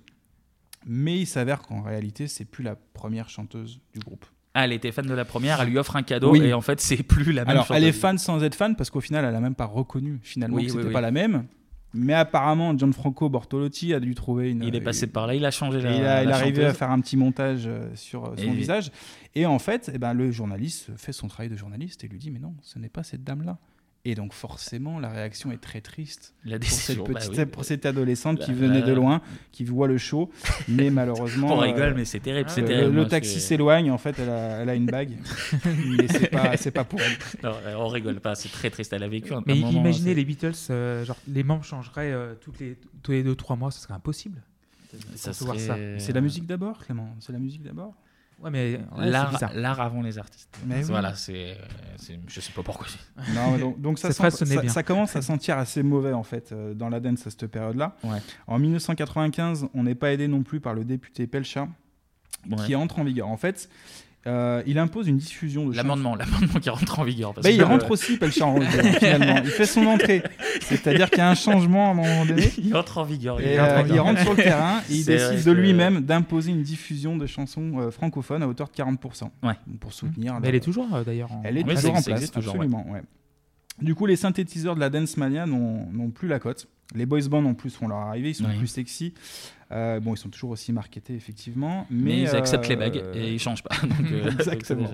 Speaker 7: Mais il s'avère qu'en réalité, c'est plus la première chanteuse du groupe.
Speaker 1: Ah, elle était fan de la première, elle lui offre un cadeau
Speaker 7: Oui.
Speaker 1: et en fait, c'est plus la même
Speaker 7: Alors, elle est
Speaker 1: chanteuse.
Speaker 7: fan sans être fan parce qu'au final, elle a même pas reconnu finalement
Speaker 1: Oui,
Speaker 7: que
Speaker 1: oui,
Speaker 7: c'était
Speaker 1: oui.
Speaker 7: pas la même. Mais apparemment, Gianfranco Bortolotti a dû trouver une.
Speaker 1: Il est passé par là, il a changé
Speaker 7: et
Speaker 1: la
Speaker 7: euh, il a,
Speaker 1: la
Speaker 7: il est arrivé à
Speaker 1: chanteuse.
Speaker 7: faire un petit montage euh, sur euh, son
Speaker 1: Et-
Speaker 7: visage. Et en fait, eh ben, le journaliste fait son travail de journaliste et lui dit Mais non, ce n'est pas cette dame-là. Et donc forcément, la réaction est très triste
Speaker 1: La
Speaker 7: pour, cette
Speaker 1: décision, bah
Speaker 7: petite,
Speaker 1: oui.
Speaker 7: pour cette adolescente qui
Speaker 1: La-
Speaker 7: venait
Speaker 1: la-
Speaker 7: de loin, qui voit le show, mais malheureusement... euh,
Speaker 1: On rigole, mais c'est terrible, c'est
Speaker 7: le-
Speaker 1: terrible,
Speaker 7: ah Le
Speaker 1: moi,
Speaker 7: taxi
Speaker 1: c'est-
Speaker 7: s'éloigne, en fait, elle a, elle a une bague, mais c'est pas, c'est pas pour elle.
Speaker 1: Non, euh, on rigole pas, c'est très triste. Elle a vécu un,
Speaker 6: Mais
Speaker 1: un moment.
Speaker 6: imaginez les Beatles, euh, genre les membres changeraient euh, toutes les, tous les 2-3 mois, ce serait impossible.
Speaker 1: Ça
Speaker 6: Concevoir
Speaker 1: serait-
Speaker 6: ça.
Speaker 7: C'est la musique d'abord, Clément C'est la musique d'abord
Speaker 6: Ouais, mais ouais, c'est
Speaker 1: L'art
Speaker 6: bizarre.
Speaker 1: l'art avant les artistes.
Speaker 7: Mais oui.
Speaker 1: Voilà, c'est. c'est- Je sais pas pourquoi.
Speaker 7: Non, mais donc, donc ça,
Speaker 6: Cette
Speaker 7: sent-
Speaker 6: phrase sonnait
Speaker 7: ça-
Speaker 6: bien.
Speaker 7: ça commence à sentir assez mauvais en fait euh, dans la dance à cette période-là. En 1995, on n'est pas aidé non plus par le député Pelchat
Speaker 1: Ouais.
Speaker 7: qui entre en vigueur. En fait, euh, il impose une diffusion de chansons-
Speaker 1: L'amendement, l'amendement qui rentre en vigueur. parce
Speaker 7: Bah, il
Speaker 1: que- euh,
Speaker 7: rentre aussi Pelchat en vigueur finalement. Il fait son entrée. C'est-à-dire qu'il y a un changement à un moment donné.
Speaker 1: Il rentre en vigueur.
Speaker 7: Et, euh, il rentre sur le terrain et il
Speaker 1: C'est vrai
Speaker 7: décide de
Speaker 1: que-
Speaker 7: lui-même d'imposer une diffusion de chansons euh, francophones à hauteur de 40%.
Speaker 1: Ouais.
Speaker 7: Pour soutenir.
Speaker 6: Mais elle est toujours, euh, d'ailleurs, en-
Speaker 7: Elle est
Speaker 6: Oui,
Speaker 7: toujours
Speaker 6: c'est-
Speaker 7: en
Speaker 6: ça
Speaker 7: place,
Speaker 6: existe toujours, ouais.
Speaker 7: absolument. ouais. Du coup, les synthétiseurs de la Dance Mania n'ont n'ont plus la cote. Les boys bands en plus font leur arrivée, ils sont
Speaker 1: Oui.
Speaker 7: plus sexy. Euh, bon, ils sont toujours aussi marketés effectivement,
Speaker 1: Mais,
Speaker 7: mais,
Speaker 1: ils acceptent
Speaker 7: euh,
Speaker 1: les bagues et ils changent pas. Donc, euh,
Speaker 7: Exactement.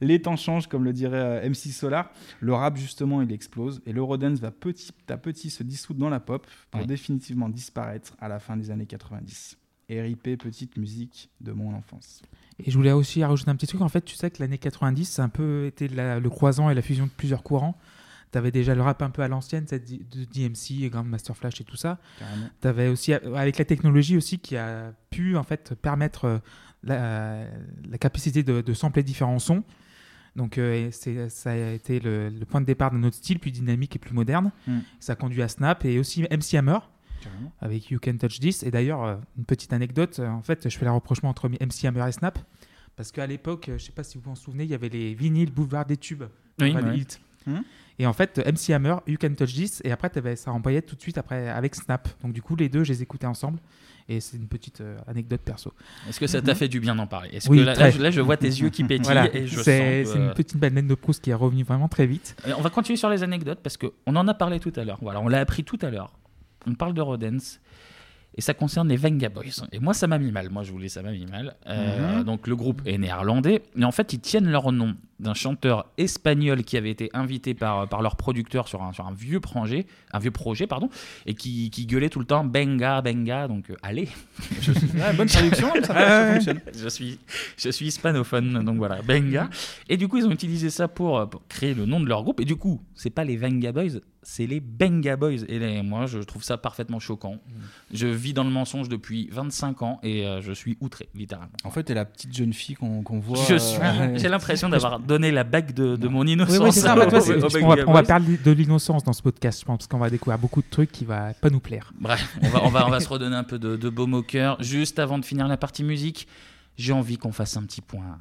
Speaker 7: Les temps changent, comme le dirait euh, MC Solar. Le rap, justement, il explose. Et l'Eurodance va petit à petit se dissoudre dans la pop pour
Speaker 1: Ouais.
Speaker 7: définitivement disparaître à la fin des années 90. RIP, petite musique de mon enfance.
Speaker 6: Et je voulais aussi rajouter un petit truc. En fait, tu sais que l'année 90, ça a un peu été la- le croisant et la fusion de plusieurs courants. Tu avais déjà le rap un peu à l'ancienne, cette D- de DMC, et Grandmaster Flash et tout ça.
Speaker 7: Carrément.
Speaker 6: Tu avais aussi, euh, avec la technologie aussi, qui a pu en fait permettre euh, la, la capacité de, de sampler différents sons. Donc euh, et c'est- ça a été le, le point de départ de notre style plus dynamique et plus moderne.
Speaker 7: Mm.
Speaker 6: Ça a conduit à Snap et aussi MC Hammer
Speaker 7: Carrément.
Speaker 6: avec You Can Touch This. Et d'ailleurs, euh, une petite anecdote, euh, en fait, je fais le rapprochement entre MC Hammer et Snap. Parce qu'à l'époque, euh, je sais pas si vous vous en souvenez, il y avait les vinyles Boulevard des Tubes.
Speaker 1: Oui,
Speaker 6: Enfin, les
Speaker 1: ouais.
Speaker 6: hits.
Speaker 7: Hmm.
Speaker 6: Et en fait, euh, MC Hammer, You Can Touch This, et après, t'avais- ça renvoyait tout de suite après avec Snap. Donc du coup, les deux, je les écoutais ensemble. Et c'est une petite euh, anecdote perso.
Speaker 1: Est-ce que ça t'a fait du bien d'en parler Est-ce
Speaker 6: Oui,
Speaker 1: que là,
Speaker 6: très.
Speaker 1: là, je- là, je vois tes yeux qui pétillent
Speaker 6: Voilà.
Speaker 1: et je euh,
Speaker 6: C'est
Speaker 1: sens
Speaker 6: c'est
Speaker 1: que-
Speaker 6: une petite baleine de Proust qui est revenue vraiment très vite.
Speaker 1: Et Euh, On va continuer sur les anecdotes parce qu'on en a parlé tout à l'heure. Voilà, on l'a appris tout à l'heure. On parle de Rodens et ça concerne les Venga Boys. Et moi, ça m'a mis mal. Moi, je voulais, ça m'a mis mal. Euh,
Speaker 7: Mhm.
Speaker 1: Donc, le groupe est néerlandais. Et en fait, ils tiennent leur nom d'un chanteur espagnol qui avait été invité par, par leur producteur sur un, sur un vieux projet, un vieux projet pardon, et qui, qui gueulait tout le temps Benga, Benga. Donc, euh, allez. Je suis-
Speaker 7: Ouais, Ah, bonne traduction, ça, ça fonctionne.
Speaker 1: Ah je suis, je suis hispanophone, donc voilà, Benga. Et du coup, ils ont utilisé ça pour, euh, pour créer le nom de leur groupe. Et du coup, c'est pas les Venga Boys, c'est les Benga Boys. Et les- moi, je trouve ça parfaitement choquant.
Speaker 6: Mm.
Speaker 1: Je vis dans le mensonge depuis 25 ans et euh, je suis outré, littéralement.
Speaker 7: En fait, t'es la petite jeune fille qu'on qu'on voit.
Speaker 1: Je
Speaker 7: euh,
Speaker 1: suis,
Speaker 7: ouais.
Speaker 1: j'ai l'impression d'avoir donné la bague de, de mon innocence.
Speaker 6: Oui, oui, c'est
Speaker 7: Ah,
Speaker 6: ça.
Speaker 1: aux-
Speaker 6: Toi, c'est-
Speaker 1: aux
Speaker 6: on, va,
Speaker 1: Benga
Speaker 6: on va
Speaker 1: Boys.
Speaker 6: parler de l'innocence dans ce podcast, je pense, parce qu'on va découvrir beaucoup de trucs qui va pas nous plaire.
Speaker 1: Bref, on va, on va, on va se redonner un peu de, de baume au cœur. Juste avant de finir la partie musique, j'ai envie qu'on fasse un petit point.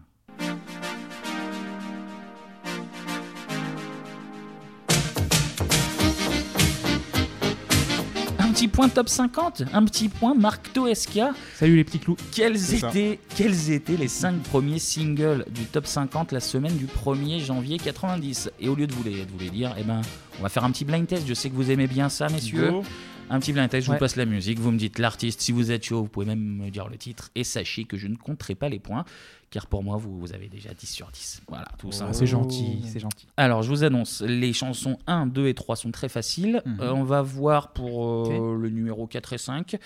Speaker 1: Un petit point top 50, un petit point Marc Toesca.
Speaker 6: Salut les petits clous.
Speaker 1: Quels
Speaker 7: C'est ça.
Speaker 1: étaient, quels étaient les 5 premiers singles du top 50 la semaine du 1er janvier 90 Et au lieu de vous les, de vous les dire, eh ben, on va faire un petit blind test. Je sais que vous aimez bien ça, messieurs.
Speaker 7: Go.
Speaker 1: Un petit blind test, je
Speaker 6: Ouais.
Speaker 1: vous passe la musique, vous me dites l'artiste, si vous êtes chaud, vous pouvez même me dire le titre, et sachez que je ne compterai pas les points, car pour moi, vous, vous avez déjà 10 sur 10. Voilà, tout ça.
Speaker 7: Oh.
Speaker 6: C'est gentil, c'est gentil.
Speaker 1: Alors, je vous annonce, les chansons 1, 2 et 3 sont très faciles.
Speaker 7: Mhm.
Speaker 1: Euh, on va voir pour euh, le numéro 4 et 5.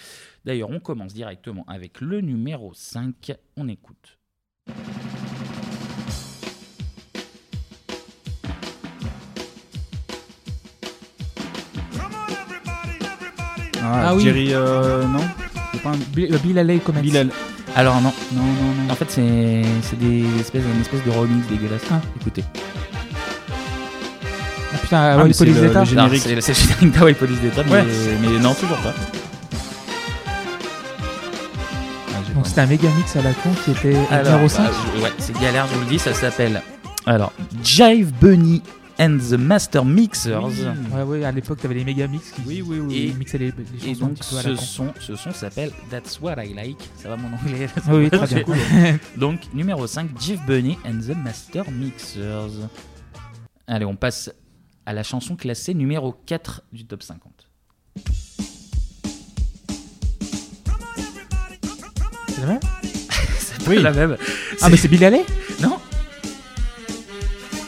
Speaker 1: D'ailleurs, on commence directement avec le numéro 5. On écoute.
Speaker 7: Ah,
Speaker 6: Ah oui.
Speaker 7: Jerry, euh, non C'est pas un...
Speaker 6: Bill, euh, Bill Haley Comets.
Speaker 7: Bilal.
Speaker 1: Alors, non,
Speaker 7: Non, non, non.
Speaker 1: en fait, c'est c'est des espèces, une espèce de remix dégueulasse. écoutez.
Speaker 6: Ah putain, ah, ouais,
Speaker 7: mais c'est
Speaker 6: Police
Speaker 7: le-
Speaker 6: d'État.
Speaker 7: le générique.
Speaker 1: Non, C'est c'est le générique d'Hawaii Police d'État, mais,
Speaker 7: Ouais.
Speaker 1: mais non, toujours pas.
Speaker 6: Donc c'était un méga mix à la con qui était au
Speaker 1: Alors,
Speaker 6: numéro 5.
Speaker 1: bah, je- ouais, c'est galère, je vous le dis, ça s'appelle. Alors, Jive Bunny and the Master Mixers.
Speaker 6: Ouais, ouais, à l'époque, t'avais les méga mix qui
Speaker 7: Oui, oui,
Speaker 1: oui.
Speaker 6: qui mixaient les, les chansons
Speaker 1: Et
Speaker 6: un
Speaker 1: donc,
Speaker 6: petit peu à
Speaker 1: ce
Speaker 6: la con.
Speaker 1: son, ce son s'appelle That's What I Like. Ça va mon anglais
Speaker 6: Ah Oui, très bien.
Speaker 1: Donc, numéro 5, Jive Bunny and the Master Mixers. Allez, on passe à la chanson classée numéro 4 du top 50.
Speaker 6: C'est la même
Speaker 1: C'est pas la même.
Speaker 6: Ah, mais c'est Bill Haley
Speaker 1: Non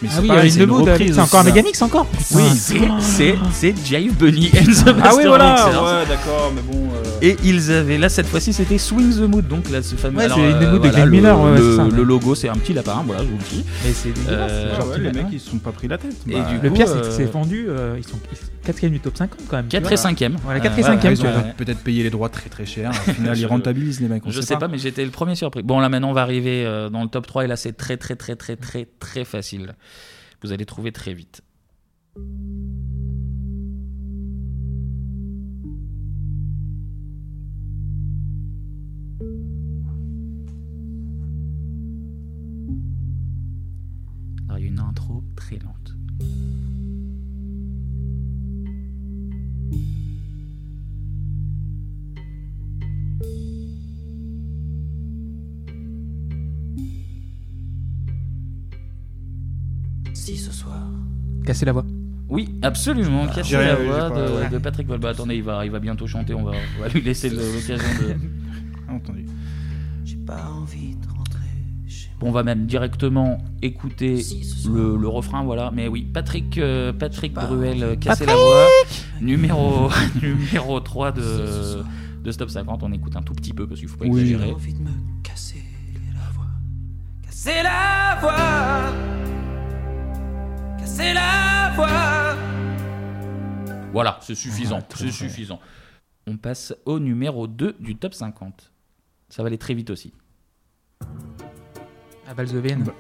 Speaker 1: Mais
Speaker 6: Ah c'est oui, pareil, Howlin' c'est the une Wood, reprise, c'est encore ça. Megamix, encore, putain.
Speaker 1: hein. Oui, c'est- c'est c'est Jive Bunny and the
Speaker 7: Ah
Speaker 1: Master
Speaker 7: oui, voilà,
Speaker 1: Mixers.
Speaker 7: ouais, d'accord, mais bon. euh,
Speaker 1: Et ils avaient là cette fois-ci c'était Swing the Mood donc là ce fameux
Speaker 7: Ouais,
Speaker 1: alors,
Speaker 7: c'est
Speaker 1: euh,
Speaker 7: les moods de
Speaker 1: voilà,
Speaker 7: Glenn
Speaker 1: le,
Speaker 7: Miller, ouais, ouais,
Speaker 1: le-
Speaker 7: c'est ça,
Speaker 1: le
Speaker 7: ouais.
Speaker 1: logo c'est un petit lapin voilà je vous le dis
Speaker 6: Mais c'est dégueulasse,
Speaker 1: Euh,
Speaker 6: genre,
Speaker 7: ouais,
Speaker 6: tu
Speaker 7: les
Speaker 6: mets-
Speaker 7: mecs, ils se sont pas pris la tête.
Speaker 1: Et
Speaker 7: Bah,
Speaker 1: du
Speaker 6: Le
Speaker 1: coup,
Speaker 6: pire, c'est que
Speaker 1: euh,
Speaker 6: c'est vendu. euh, ils sont 4ème du top 50 quand même. tu
Speaker 1: Quatre
Speaker 6: vois.
Speaker 1: et cinquième.
Speaker 6: Voilà,
Speaker 1: Euh,
Speaker 6: 4 et
Speaker 1: voilà,
Speaker 6: 5ème,
Speaker 1: ils
Speaker 6: tu vois.
Speaker 1: ont-
Speaker 6: donc.
Speaker 1: ouais.
Speaker 7: Peut-être payer les droits très très cher. Au final,
Speaker 1: Je-
Speaker 7: ils rentabilisent les mecs. on
Speaker 1: je
Speaker 7: sait
Speaker 1: sais pas. mais j'étais le premier surpris. Bon, là maintenant, on va arriver euh, dans le top 3 et là, c'est très, très, très, très, très, très facile. Vous allez trouver très vite. Alors, il y a une intro très lente.
Speaker 8: Si ce soir.
Speaker 6: Casser la voix.
Speaker 1: Oui, absolument. Cacher
Speaker 7: j'ai rien
Speaker 1: la
Speaker 7: vu, j'ai
Speaker 1: voix
Speaker 7: pas-
Speaker 1: de,
Speaker 7: ouais.
Speaker 1: de Patrick Volba. Attendez, il va, il va bientôt chanter. On va, on va lui laisser le- l'occasion de.
Speaker 7: Ah, Entendu.
Speaker 8: J'ai pas envie de rentrer chez
Speaker 1: Bon, on va même directement écouter le, le refrain, voilà. Mais oui, Patrick, euh, Patrick Bruel, euh, Casser la voix, numéro, numéro 3 de, de Stop 50. On écoute un tout petit peu parce qu'il faut pas
Speaker 7: Oui.
Speaker 1: exagérer.
Speaker 8: envie de me casser la voix. Casser la voix. Casser la voix.
Speaker 1: Voilà, c'est suffisant,
Speaker 7: Ouais, très
Speaker 1: c'est
Speaker 7: bien.
Speaker 1: suffisant. On passe au numéro 2 du top 50. Ça va aller très vite aussi.
Speaker 6: À Valsevienne.
Speaker 7: Bah.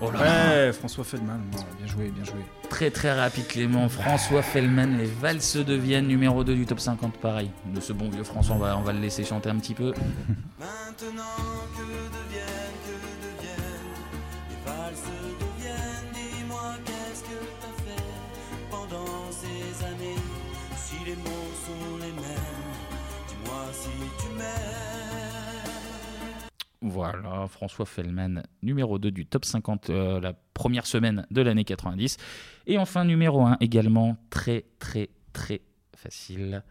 Speaker 1: Oh là là,
Speaker 7: Ouais, François Feldman. ouais, Bien joué, bien joué.
Speaker 1: Très très rapide Clément, François Fellman, les valses deviennent numéro 2 du top 50, pareil. De ce bon vieux François, on va, on va le laisser chanter un petit peu.
Speaker 8: Maintenant que deviennent, que deviennent les valses deviennent. Dis-moi qu'est-ce que t'as fait pendant ces années. Si les mots sont les mêmes, dis-moi si tu m'aimes.
Speaker 1: Voilà, François Fellman, numéro 2 du top 50, euh, la première semaine de l'année 90. Et enfin, numéro 1 également, très très très facile.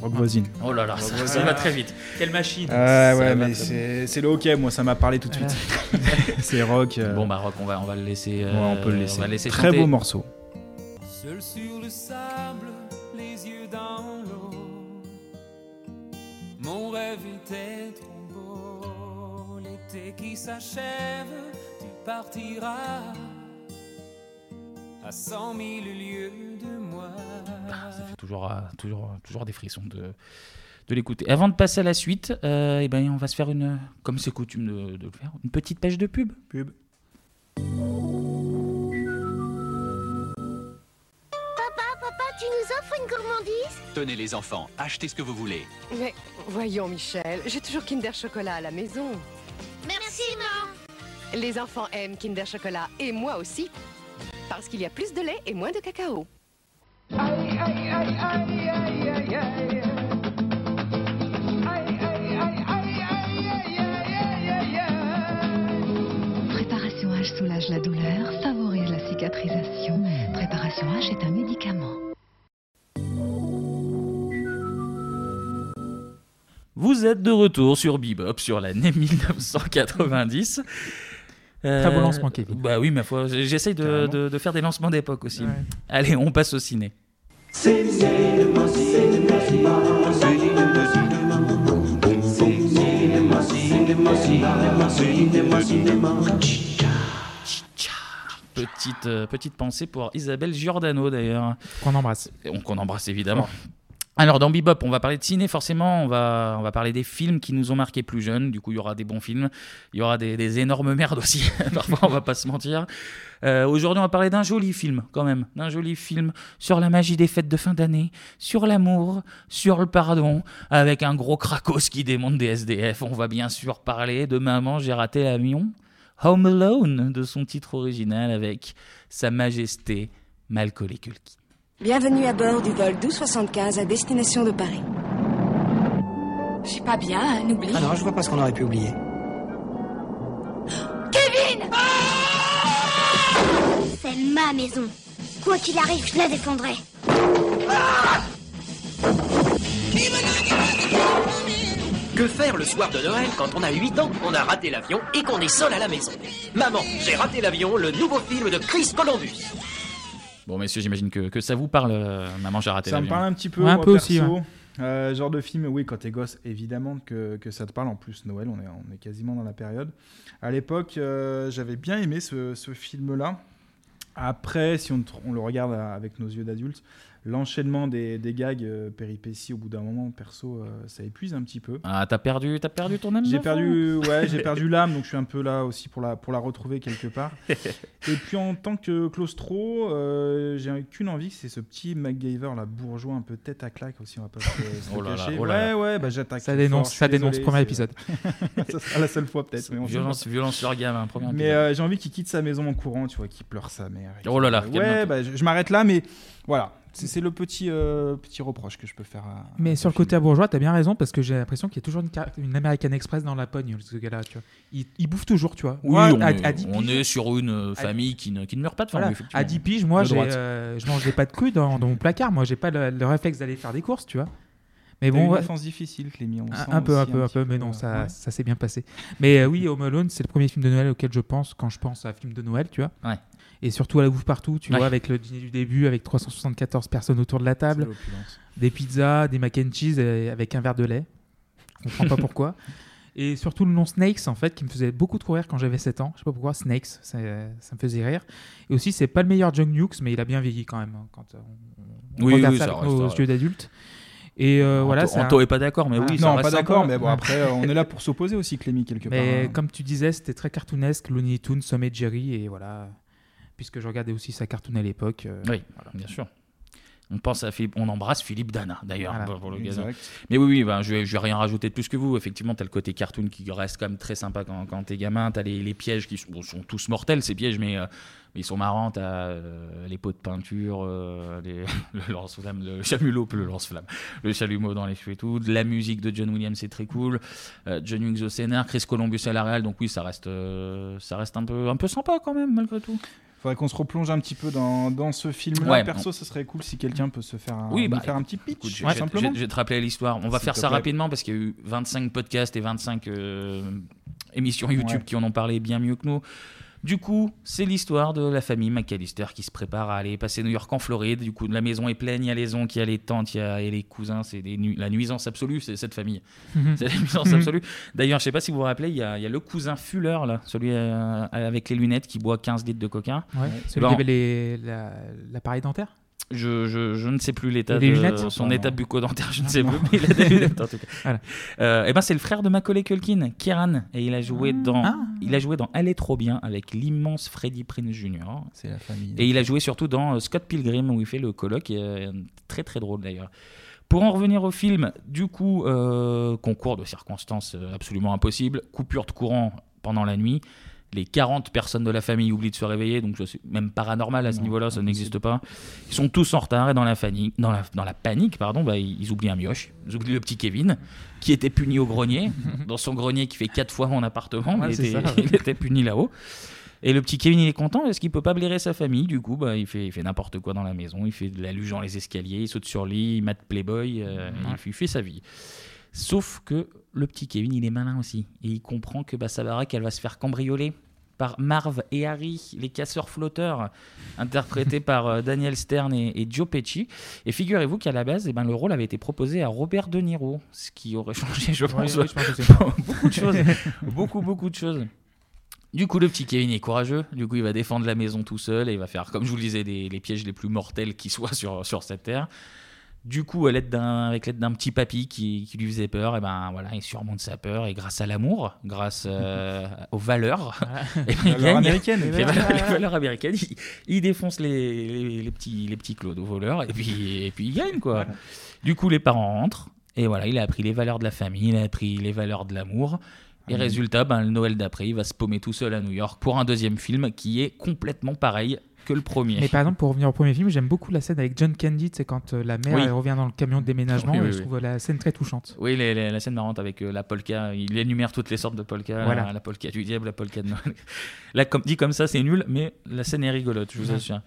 Speaker 7: Rock voisine.
Speaker 1: Oh là là, ça, ça va très vite.
Speaker 6: Quelle machine.
Speaker 7: Ah ouais,
Speaker 1: va
Speaker 7: mais
Speaker 1: très
Speaker 7: c'est c'est le hockey, moi, ça m'a parlé tout de suite. c'est rock. euh,
Speaker 1: Bon, bah, Rock, on va, on va le laisser. euh,
Speaker 7: ouais, on peut le laisser.
Speaker 1: va laisser
Speaker 7: Très
Speaker 1: chanter.
Speaker 7: beau morceau.
Speaker 8: Seul sur le sable, les yeux dans l'eau, mon rêve était trop beau. L'été qui s'achève, tu partiras à cent mille lieues de moi.
Speaker 1: Ça fait toujours, euh, toujours, toujours des frissons de, de l'écouter. Avant de passer à la suite, euh, eh ben, on va se faire une, comme c'est coutume de, de le faire, une petite pêche de pub.
Speaker 7: Pub.
Speaker 11: Tu nous offres une gourmandise
Speaker 12: Tenez les enfants, achetez ce que vous voulez.
Speaker 11: Mais voyons, Michel, j'ai toujours Kinder Chocolat à la maison. Merci, non Les enfants aiment Kinder Chocolat et moi aussi. Parce qu'il y a plus de lait et moins de cacao.
Speaker 13: Préparation H soulage la douleur, favorise la cicatrisation. Préparation H est un médicament.
Speaker 1: Vous êtes de retour sur Bebop sur E l'année 1990. Euh,
Speaker 6: Très beau lancement, Kevin.
Speaker 1: Bah oui, ma foi, j- j'essaye de,
Speaker 6: Carrément.
Speaker 1: de- de faire des lancements d'époque aussi.
Speaker 6: Ouais.
Speaker 1: Allez, on passe au ciné. Petite, euh, petite pensée pour Isabelle Giordano d'ailleurs,
Speaker 6: Qu'on embrasse.
Speaker 1: Et on- qu'on embrasse évidemment. Alors dans Bebop, on va parler de ciné forcément, on va, on va parler des films qui nous ont marqués plus jeunes, du coup il y aura des bons films, il y aura des, des énormes merdes aussi, parfois on va pas se mentir. Euh, Aujourd'hui on va parler d'un joli film quand même, d'un joli film sur la magie des fêtes de fin d'année, sur l'amour, sur le pardon, avec un gros cracos qui démonte des SDF. On va bien sûr parler de Maman j'ai raté l'avion, Home Alone de son titre original avec Sa Majesté Malcolm Culkin.
Speaker 14: Bienvenue à bord du vol 1275 à destination de Paris. Je suis pas bien, hein, n'oublie.
Speaker 15: Alors, je vois pas ce qu'on aurait pu oublier.
Speaker 11: Kevin
Speaker 16: Ah C'est ma maison. Quoi qu'il arrive, je la défendrai.
Speaker 15: Que faire le soir de Noël quand on a 8 ans, on a raté l'avion et qu'on est seul à la maison Maman, j'ai raté l'avion, le nouveau film de Chris Columbus.
Speaker 1: Bon, messieurs, j'imagine que, que ça vous parle, euh, Maman, j'ai raté
Speaker 7: Ça me
Speaker 1: l'avion.
Speaker 7: parle un petit peu.
Speaker 6: Ouais, un
Speaker 7: moi,
Speaker 6: peu aussi,
Speaker 7: perso.
Speaker 6: ouais.
Speaker 7: Euh, genre de film, oui, quand t'es gosse, évidemment que, que ça te parle. En plus, Noël, on est, on est quasiment dans la période. À l'époque, euh, j'avais bien aimé ce, ce film-là. Après, si on, tr- on le regarde à- avec nos yeux d'adulte, l'enchaînement des, des gags euh, péripéties, au bout d'un moment, perso, euh, ça épuise un petit peu.
Speaker 1: Ah, t'as perdu, t'as perdu ton âme
Speaker 7: J'ai
Speaker 1: d'enfant
Speaker 7: perdu, euh, ouais, j'ai perdu l'âme, donc je suis un peu là aussi pour la, pour la retrouver quelque part. Et puis en tant que claustro, euh, j'ai qu'une envie, c'est ce petit MacGyver là, bourgeois, un peu tête à claque aussi, on va pas se, se
Speaker 1: Oh là
Speaker 7: le
Speaker 1: là,
Speaker 7: cacher.
Speaker 1: oh là là.
Speaker 7: ouais, ouais, bah j'attaque.
Speaker 6: Ça
Speaker 7: fort,
Speaker 6: dénonce,
Speaker 7: je suis
Speaker 6: ça dénonce,
Speaker 7: désolé,
Speaker 6: premier
Speaker 7: c'est-
Speaker 6: épisode.
Speaker 7: ça sera la seule fois peut-être. mais on sait
Speaker 1: Violence,
Speaker 7: pas.
Speaker 1: violence sur gamme, hein, premier
Speaker 7: Mais
Speaker 1: épisode.
Speaker 7: euh, j'ai envie qu'il quitte sa maison en courant, tu vois, qu'il pleure sa mère. et
Speaker 1: Oh là
Speaker 7: qu'il-
Speaker 1: là,
Speaker 7: Ouais,
Speaker 1: calme-toi.
Speaker 7: bah, je, je m'arrête là, mais voilà. C'est c'est le petit, euh, petit reproche que je peux faire à.
Speaker 1: Ah,
Speaker 6: Mais sur le côté bourgeois, t'as bien raison parce que j'ai l'impression qu'il y a toujours une, car- une American Express dans la pogne, ce gars-là. Tu vois. Il, il bouffe toujours, tu vois.
Speaker 1: Oui,
Speaker 6: Moi,
Speaker 1: on,
Speaker 6: à-
Speaker 1: est,
Speaker 6: à 10
Speaker 1: on
Speaker 6: piges-
Speaker 1: est sur une euh,
Speaker 6: à-
Speaker 1: famille qui ne, qui ne meurt pas de faim.
Speaker 6: Voilà.
Speaker 1: oui, effectivement.
Speaker 6: À 10 piges, moi,
Speaker 1: De
Speaker 6: j'ai,
Speaker 1: droite.
Speaker 6: euh, je mange des pâtes crues dans, dans mon placard. Moi, j'ai pas le, le réflexe d'aller faire des courses, tu vois. Mais
Speaker 7: T'as
Speaker 6: bon,
Speaker 7: une
Speaker 6: ouais.
Speaker 7: enfance difficile, Clémy, on sent
Speaker 6: un, un peu, un
Speaker 7: aussi
Speaker 6: peu,
Speaker 7: un
Speaker 6: un peu,
Speaker 7: petit
Speaker 6: mais
Speaker 7: peu,
Speaker 1: euh,
Speaker 7: euh,
Speaker 6: non, ça,
Speaker 7: ouais.
Speaker 6: ça s'est bien passé. Mais euh, oui, Home Alone, c'est le premier film de Noël auquel je pense quand je pense à film de Noël, tu vois.
Speaker 1: Ouais.
Speaker 6: Et surtout à la bouffe partout, tu
Speaker 1: Ouais.
Speaker 6: vois, avec le dîner du début, avec 374 personnes autour de la table,
Speaker 7: l'opulence.
Speaker 6: des pizzas, des mac and cheese et- avec un verre de lait. Je comprends pas pourquoi. Et surtout le nom Snakes, en fait, qui me faisait beaucoup trop rire quand j'avais 7 ans. Je sais pas pourquoi, Snakes, ça, ça me faisait rire. Et aussi, c'est pas le meilleur John Hughes, mais il a bien vieilli quand même. hein, Quand euh, on, on
Speaker 1: Oui,
Speaker 6: regarde
Speaker 1: oui,
Speaker 6: ça,
Speaker 1: ça
Speaker 6: avec
Speaker 1: reste,
Speaker 6: nos
Speaker 1: ça
Speaker 7: euh,
Speaker 6: yeux d'adultes. Et euh, voilà. c'est un-
Speaker 1: Anto est pas d'accord, mais Ah oui, ça
Speaker 7: Ah. Non,
Speaker 1: reste
Speaker 7: pas
Speaker 1: sympa.
Speaker 7: d'accord, mais bon,
Speaker 1: Ouais.
Speaker 7: après, euh, on est là pour s'opposer aussi, Clémy, quelque part.
Speaker 6: Mais
Speaker 7: hein.
Speaker 6: comme tu disais, c'était très cartoonesque, Looney Tunes, Sommet Jerry, et voilà. Puisque je regardais aussi sa cartoon à l'époque. euh,
Speaker 1: Oui,
Speaker 6: voilà.
Speaker 1: bien sûr. On pense à Philippe, on embrasse Philippe Dana d'ailleurs
Speaker 6: Voilà.
Speaker 1: pour- pour l'occasion.
Speaker 6: Exact.
Speaker 1: Mais oui, oui, ben, je, vais, je vais rien rajouter de plus que vous. Effectivement, t'as le côté cartoon qui reste quand même très sympa quand, quand t'es gamin. T'as les, les pièges qui sont, bon, sont tous mortels ces pièges, mais euh, mais ils sont marrants. T'as euh, les pots de peinture, euh, les- le lance-flamme, le chamulot, le lance-flamme, le chalumeau dans les cheveux et tout. De la musique de John Williams, c'est très cool. Euh, John Hughes au scénar, Chris Columbus à la réal. Donc oui, ça reste, euh, ça reste un peu, un peu sympa quand même malgré tout.
Speaker 7: Faudrait qu'on se replonge un petit peu dans, dans ce film-là.
Speaker 1: Ouais,
Speaker 7: Perso,
Speaker 1: on-
Speaker 7: ça serait cool si quelqu'un peut se faire un,
Speaker 1: Oui,
Speaker 7: nous
Speaker 1: bah,
Speaker 7: faire un petit pitch,
Speaker 1: Écoute, je,
Speaker 7: tout
Speaker 1: je-
Speaker 7: simplement.
Speaker 1: je- je vais te rappeler l'histoire. On va
Speaker 7: S'il
Speaker 1: faire
Speaker 7: te
Speaker 1: ça
Speaker 7: plaît.
Speaker 1: rapidement parce qu'il y a eu 25 podcasts et 25 euh, émissions YouTube
Speaker 7: Ouais.
Speaker 1: qui en ont parlé bien mieux que nous. Du coup, c'est l'histoire de la famille McAllister qui se prépare à aller passer New York en Floride. Du coup, la maison est pleine, il y a les oncles, il y a les tantes, il y a et les cousins. C'est des nu- la nuisance absolue, c'est cette famille.
Speaker 6: Mhm.
Speaker 1: c'est la nuisance
Speaker 6: Mhm.
Speaker 1: absolue. D'ailleurs, je sais pas si vous vous rappelez, il y a, il y a le cousin Fuller, là, celui euh, avec les lunettes qui boit 15 litres de coca.
Speaker 6: Ouais. Celui
Speaker 1: Ben,
Speaker 6: qui avait les- la- l'appareil dentaire
Speaker 1: je, je, je ne sais plus l'état
Speaker 6: Les
Speaker 1: de
Speaker 6: lunettes
Speaker 1: son
Speaker 6: Non.
Speaker 1: état bucco-dentaire, je ne
Speaker 6: Ah,
Speaker 1: sais
Speaker 6: non.
Speaker 1: plus, mais il a des lunettes en tout cas.
Speaker 6: Voilà.
Speaker 1: Euh, et ben c'est le frère de Macaulay Culkin, Kieran, et il a joué
Speaker 6: Ah.
Speaker 1: dans il a joué dans Aller trop bien avec l'immense Freddie Prinze Jr.
Speaker 7: C'est la famille.
Speaker 1: Et il a joué surtout dans euh, Scott Pilgrim où il fait le colloque, et, euh, très très drôle d'ailleurs. Pour en revenir au film, du coup, euh, concours de circonstances euh, absolument impossible, coupure de courant pendant la nuit, les 40 personnes de la famille oublient de se réveiller, donc ça, c'est même paranormal à ce niveau-là, ça n'existe pas. Ils sont tous en retard et dans la, fani- dans la, dans la panique, pardon, bah, ils, ils oublient un mioche, ils oublient le petit Kevin, qui était puni au grenier, dans son grenier qui fait 4 fois mon appartement,
Speaker 6: Ouais,
Speaker 1: il,
Speaker 6: c'est
Speaker 1: était,
Speaker 6: ça, ouais.
Speaker 1: il était puni là-haut. Et le petit Kevin, il est content parce qu'il peut pas blairer sa famille. Du coup, bah, il fait, il fait n'importe quoi dans la maison. Il fait de la luge dans les escaliers, il saute sur le lit, il mate Playboy, euh, il, fait- il fait sa vie. Sauf que le petit Kevin, il est malin aussi. Et il comprend que bah, sa baraque, elle va se faire cambrioler par Marv et Harry, les casseurs flotteurs, interprétés par euh, Daniel Stern et, et Joe Pesci. Et figurez-vous qu'à la base, eh ben, le rôle avait été proposé à Robert De Niro, ce qui aurait changé, je
Speaker 6: Ouais,
Speaker 1: pense,
Speaker 6: ouais, je pense aussi.
Speaker 1: beaucoup de choses. beaucoup, beaucoup de choses. Du coup, le petit Kevin est courageux. Du coup, il va défendre la maison tout seul et il va faire, comme je vous le disais, des- les pièges les plus mortels qui soient sur, sur cette terre. Du coup, à l'aide d'un- avec l'aide d'un petit papy qui, qui lui faisait peur, et ben voilà, il surmonte sa peur et grâce à l'amour, grâce euh, aux valeurs, eh ben, il
Speaker 7: Valeurs
Speaker 1: gagne.
Speaker 7: américaines.
Speaker 1: Les
Speaker 7: Voilà.
Speaker 1: valeurs, les valeurs américaines, il, il défonce les, les- les petits les petits clodos voleurs et puis et puis il gagne quoi. Du coup, les parents rentrent et voilà, il a appris les valeurs de la famille, il a appris les valeurs de l'amour. Et
Speaker 7: Ah,
Speaker 1: résultat, ben, le Noël d'après, il va se paumer tout seul à New York pour un deuxième film qui est complètement pareil, que le premier.
Speaker 6: Mais par exemple, pour revenir au premier film, j'aime beaucoup la scène avec John Candy, c'est quand euh, la mère
Speaker 1: Oui.
Speaker 6: elle revient dans le camion de déménagement,
Speaker 1: Oui, oui,
Speaker 6: et je
Speaker 1: oui.
Speaker 6: trouve la scène très touchante.
Speaker 1: Oui, les- les- la scène marrante avec euh, la polka, il énumère toutes les sortes de polka,
Speaker 6: Voilà.
Speaker 1: la, la polka du diable, la polka de Noël. Là, comme, dit comme ça, c'est nul, mais la scène est rigolote, je vous
Speaker 6: Ouais.
Speaker 1: assure.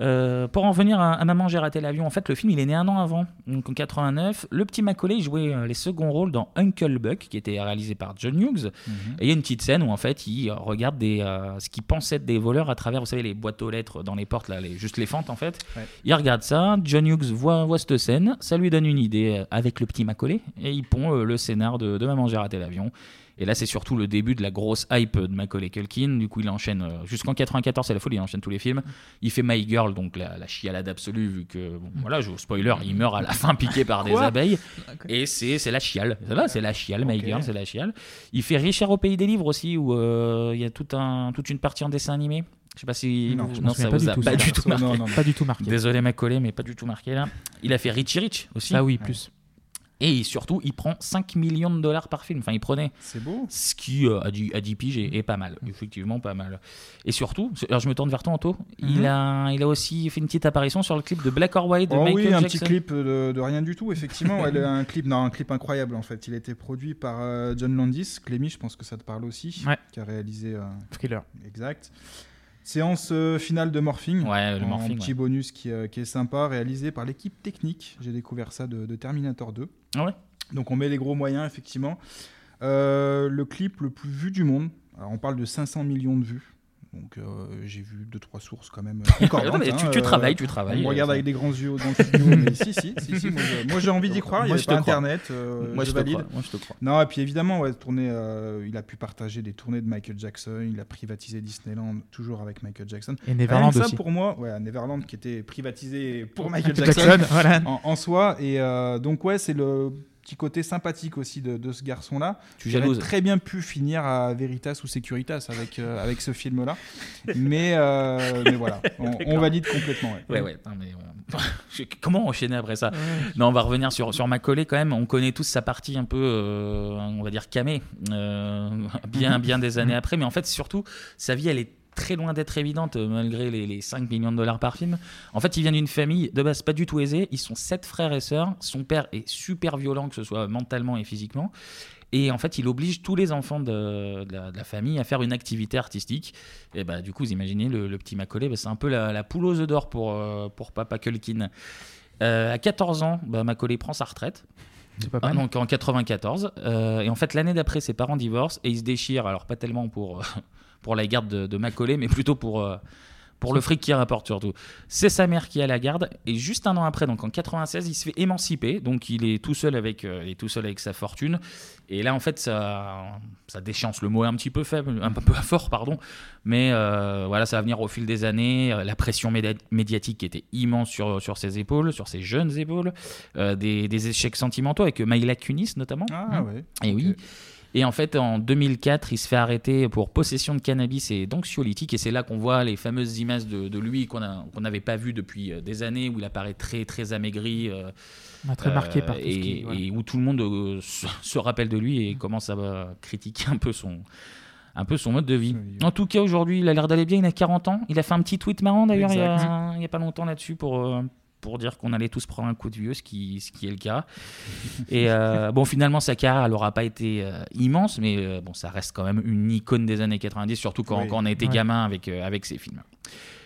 Speaker 1: Euh, pour en venir à, à Maman, j'ai raté l'avion, en fait, le film, il est né un an avant, donc en 89. Le petit Macaulay il jouait euh, les seconds rôles dans Uncle Buck, qui était réalisé par John Hughes.
Speaker 6: Mhm.
Speaker 1: Et il y a une petite scène où, en fait, il euh, regarde des, euh, ce qu'il pensait être des voleurs à travers, vous savez, les boîtes aux lettres dans les portes, là, les- juste les fentes, en fait.
Speaker 7: Ouais.
Speaker 1: Il regarde ça, John Hughes voit, voit cette scène, ça lui donne une idée euh, avec le petit Macaulay, et il pond euh, le scénar de, de Maman j'ai raté l'avion. Et là, c'est surtout le début de la grosse hype de Macaulay Culkin. Du coup, il enchaîne euh, jusqu'en 94, c'est la folie, il enchaîne tous les films. Il fait My Girl, donc la, la chialade absolue, vu que, bon, voilà, je spoiler, il meurt à la fin piqué par des
Speaker 6: Mm. Quoi
Speaker 1: abeilles. Et c'est c'est la chiale. Là, c'est la chiale, My Girl, c'est la chiale. Il fait Richard au pays des livres aussi, où euh, il y a tout un, toute une partie en dessin animé. Je sais pas si
Speaker 6: Non, je m'en souviens
Speaker 1: ça
Speaker 6: pas
Speaker 1: vous
Speaker 6: du
Speaker 1: a
Speaker 6: tout,
Speaker 1: pas
Speaker 6: ça.
Speaker 1: du tout
Speaker 6: Non,
Speaker 1: marqué.
Speaker 6: non, non, non. Pas du tout marqué.
Speaker 1: Désolé Macaulay, mais pas du tout marqué là. Il a fait Richie Rich aussi.
Speaker 6: Ah oui, plus.
Speaker 1: Et surtout, il prend 5 millions de dollars par film. Enfin, il prenait.
Speaker 7: C'est beau.
Speaker 1: Ce qui, euh, à, 10, à 10 piges, est, est pas mal. Effectivement, pas mal. Et surtout, c'est- alors je me tourne vers toi, Anto. il,
Speaker 7: Mhm.
Speaker 1: a, il a aussi fait une petite apparition sur le clip de Black or White de
Speaker 7: Oh
Speaker 1: Michael
Speaker 7: oui, un petit
Speaker 1: Jackson.
Speaker 7: clip de, de rien du tout, effectivement. Ouais, le- un clip, non, un clip incroyable en fait. Il a été produit par euh, John Landis, Clémy, je pense que ça te parle aussi,
Speaker 6: Ouais.
Speaker 7: qui a réalisé euh,
Speaker 6: Thriller.
Speaker 7: Exact. Séance euh, finale de Morphing.
Speaker 1: Ouais, le
Speaker 7: En
Speaker 1: Morphing,
Speaker 7: Petit
Speaker 1: ouais.
Speaker 7: bonus qui, euh, qui est sympa, réalisé par l'équipe technique. J'ai découvert ça de, de Terminator 2.
Speaker 1: Ah ouais
Speaker 7: Donc on met les gros moyens, effectivement. Euh, le clip le plus vu du monde. Alors on parle de 500 millions de vues. Donc euh, j'ai vu deux trois sources quand même. euh, concordantes,
Speaker 1: Non, mais tu- tu travailles, tu travailles,
Speaker 7: On me
Speaker 1: euh,
Speaker 7: regarde
Speaker 1: ça.
Speaker 7: avec des grands yeux dans le studio, mais si, si, si, si, moi, je- moi, j'ai envie d'y croire. Il y
Speaker 1: Moi,
Speaker 7: avait
Speaker 1: je
Speaker 7: pas
Speaker 1: te crois.
Speaker 7: Internet, euh,
Speaker 1: Moi, je te
Speaker 7: valide.
Speaker 1: crois, moi, je te crois.
Speaker 7: Non, et puis évidemment, ouais, tournée, euh, il a pu partager des tournées de Michael Jackson, il a privatisé Disneyland, toujours avec Michael Jackson.
Speaker 6: Et
Speaker 7: Rien
Speaker 6: Neverland
Speaker 7: que Ah, ça,
Speaker 6: aussi.
Speaker 7: pour moi, ouais, Neverland qui était privatisé pour Michael
Speaker 6: Michael
Speaker 7: Jackson,
Speaker 6: Jackson, voilà.
Speaker 1: Ah,
Speaker 7: en, en soi. Et euh, donc, ouais, c'est le petit côté sympathique aussi de, de ce garçon-là.
Speaker 1: Tu
Speaker 7: Il aurait
Speaker 1: jalouses.
Speaker 7: très bien pu finir à Veritas ou Securitas avec, euh, avec ce film-là. Mais, euh, mais voilà, on, on
Speaker 1: D'accord.
Speaker 7: valide complètement.
Speaker 1: Ouais, ouais, non, mais on- Je- Comment enchaîner après ça Non, on va revenir sur, sur Macaulay quand même. On connaît tous sa partie un peu, euh, on va dire, camée, euh, bien, bien des années après. Mais en fait, surtout, sa vie, elle est très loin d'être évidente, euh, malgré les, les 5 millions de dollars par film. En fait, il vient d'une famille de base pas du tout aisée. Ils sont sept frères et sœurs. Son père est super violent, que ce soit mentalement et physiquement. Et en fait, il oblige tous les enfants de, de la, de la famille à faire une activité artistique. Et bah, du coup, vous imaginez le, le petit Macaulay, bah, c'est un peu la, la poule aux œufs d'or pour, euh, pour Papa Culkin. Euh, à 14 ans, bah, Macaulay prend sa retraite.
Speaker 6: C'est pas
Speaker 1: Ah,
Speaker 6: mal.
Speaker 1: donc en 94. Euh, et en fait, l'année d'après, ses parents divorcent et ils se déchirent. Alors, pas tellement pour, euh, pour la garde de, de Macaulay, mais plutôt pour. euh, pour le fric qu'il rapporte surtout. C'est sa mère qui a la garde et juste un an après, donc en 96, il se fait émanciper. Donc il est tout seul avec, euh, il est tout seul avec sa fortune. Et là, en fait, ça, ça déchéance. Le mot est un petit peu faible, un peu fort, pardon. Mais euh, voilà, ça va venir au fil des années. Euh, La pression média- médiatique était immense sur, sur ses épaules, sur ses jeunes épaules. Euh, des, des échecs sentimentaux avec Maïla Kunis notamment.
Speaker 6: Hein
Speaker 1: Mmh.
Speaker 7: Ah ouais.
Speaker 1: Et oui. Et en fait, en 2004, il se fait arrêter pour possession de cannabis et d'anxiolytique. Et c'est là qu'on voit les fameuses images de, de lui qu'on a- qu'on n'avait pas vu depuis euh, des années, où il apparaît très, très amaigri. euh,
Speaker 6: Ah, très marqué par tout ce
Speaker 1: et,
Speaker 6: qui- voilà.
Speaker 1: et où tout le monde euh, se, se rappelle de lui et commence à euh, critiquer un peu son. Un peu son mode de vie. En tout cas, aujourd'hui, il a l'air d'aller bien. Il a 40 ans. Il a fait un petit tweet marrant d'ailleurs il y a-
Speaker 6: Exact.
Speaker 1: il n'y a, pas longtemps là-dessus pour, euh, pour dire qu'on allait tous prendre un coup de vieux, ce qui, ce qui est le cas. Et euh, bon, finalement, sa carrière, elle n'aura pas été euh, immense, mais euh, bon, ça reste quand même une icône des années 90, surtout quand,
Speaker 7: Oui.
Speaker 1: quand on a été
Speaker 7: Ouais.
Speaker 1: gamin avec, euh, avec ses films.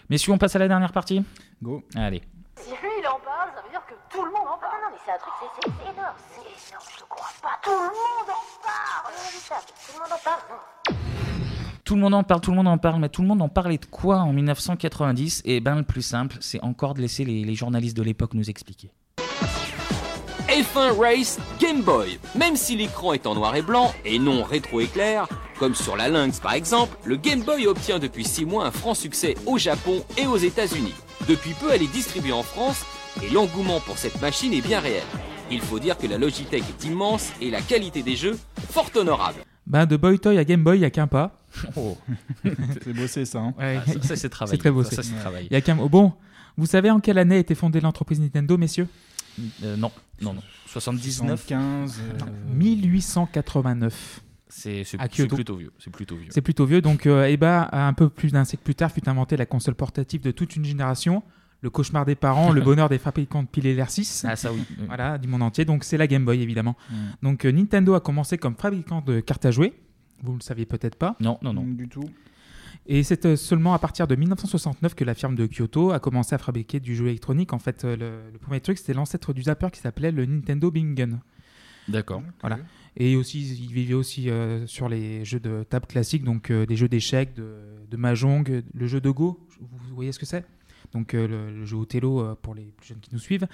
Speaker 1: Mais si on passe à la dernière partie
Speaker 7: Go.
Speaker 1: Allez.
Speaker 16: Si lui il en parle, ça veut dire que tout le monde en parle. Non, non, mais c'est un truc, c'est c'est énorme. C'est énorme, je te crois pas. Tout le monde en parle. Tout le monde en parle.
Speaker 1: Tout le monde en parle, tout le monde en parle, mais tout le monde en parlait de quoi en 1990 Et ben le plus simple, c'est encore de laisser les, les journalistes de l'époque nous expliquer.
Speaker 15: F1 Race Game Boy. Même si l'écran est en noir et blanc et non rétroéclair, comme sur la Lynx par exemple, le Game Boy obtient depuis 6 mois un franc succès au Japon et aux États-Unis. Depuis peu, elle est distribuée en France et l'engouement pour cette machine est bien réel. Il faut dire que la Logitech est immense et la qualité des jeux fort honorable.
Speaker 6: Ben, de Boy Toy à Game Boy, il n'y a qu'un pas.
Speaker 7: c'est bossé ça. hein.
Speaker 1: Oh, Ah, ça, ça, c'est travaillé.
Speaker 6: C'est très beau.
Speaker 1: Ça, ça, c'est travaillé.
Speaker 6: Il y a qu'un... Oh, Bon, vous savez en quelle année a été fondée l'entreprise Nintendo, messieurs Ah,
Speaker 1: Euh, non, non, non. 79
Speaker 7: 15.
Speaker 6: 1889.
Speaker 1: C'est c'est-
Speaker 6: à
Speaker 1: c'est
Speaker 6: Kyoto.
Speaker 1: plutôt vieux. C'est plutôt vieux.
Speaker 6: C'est plutôt vieux. Donc, euh, Eba, un peu plus d'un siècle plus tard, fut inventée la console portative de toute une génération. Le cauchemar des parents, le bonheur des fabricants de piles LR6.
Speaker 1: Ah, ça oui.
Speaker 6: Voilà, du monde entier. Donc, c'est la Game Boy, évidemment.
Speaker 1: Mm.
Speaker 6: Donc, euh, Nintendo a commencé comme fabricant de cartes à jouer. Vous le saviez peut-être pas.
Speaker 1: Euh, Non, non, non.
Speaker 7: Du tout.
Speaker 6: Et c'est euh, seulement à partir de 1969 que la firme de Kyoto a commencé à fabriquer du jeu électronique. En fait, euh, le, le premier truc, c'était l'ancêtre du zapper qui s'appelait le Nintendo Bingen.
Speaker 1: D'accord.
Speaker 6: Voilà.
Speaker 7: euh,
Speaker 6: Et aussi, il vivait aussi euh, sur les jeux de table classiques, donc euh, les jeux d'échecs, de, de mahjong, le jeu de Go. Vous voyez ce que c'est Donc euh, le, le jeu Othello euh, pour les plus jeunes qui nous suivent.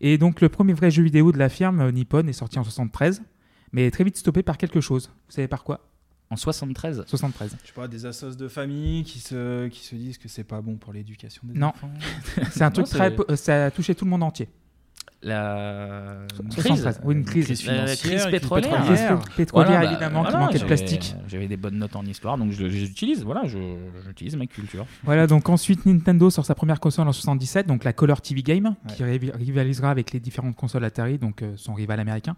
Speaker 6: Et donc le premier vrai jeu vidéo de la firme euh, Nippon est sorti en 73, mais est très vite stoppé par quelque chose. Vous savez par quoi
Speaker 1: En 73
Speaker 6: 73.
Speaker 7: Je sais pas, des assos de famille qui se, qui se disent que c'est pas bon pour l'éducation des
Speaker 6: Non,
Speaker 7: enfants.
Speaker 6: c'est un truc
Speaker 7: Non,
Speaker 6: très.
Speaker 7: c'est-
Speaker 6: po- euh, Ça a touché tout le monde entier.
Speaker 1: La
Speaker 6: crise. euh, Oui, une crise.
Speaker 1: La
Speaker 6: La
Speaker 1: crise
Speaker 6: crise
Speaker 1: pétrolière.
Speaker 6: pétrolière. Crise pétrolière,
Speaker 1: Voilà, bah,
Speaker 6: évidemment, qui
Speaker 1: voilà,
Speaker 6: manquait de
Speaker 1: j'avais-
Speaker 6: plastique.
Speaker 1: J'avais des bonnes notes en histoire, donc je, je les utilise. Voilà, je- j'utilise ma culture.
Speaker 6: Voilà, donc ensuite Nintendo sort sa première console en 77, donc la Color TV Game, qui rivi- rivalisera avec les différentes consoles Atari, donc euh, son rival américain.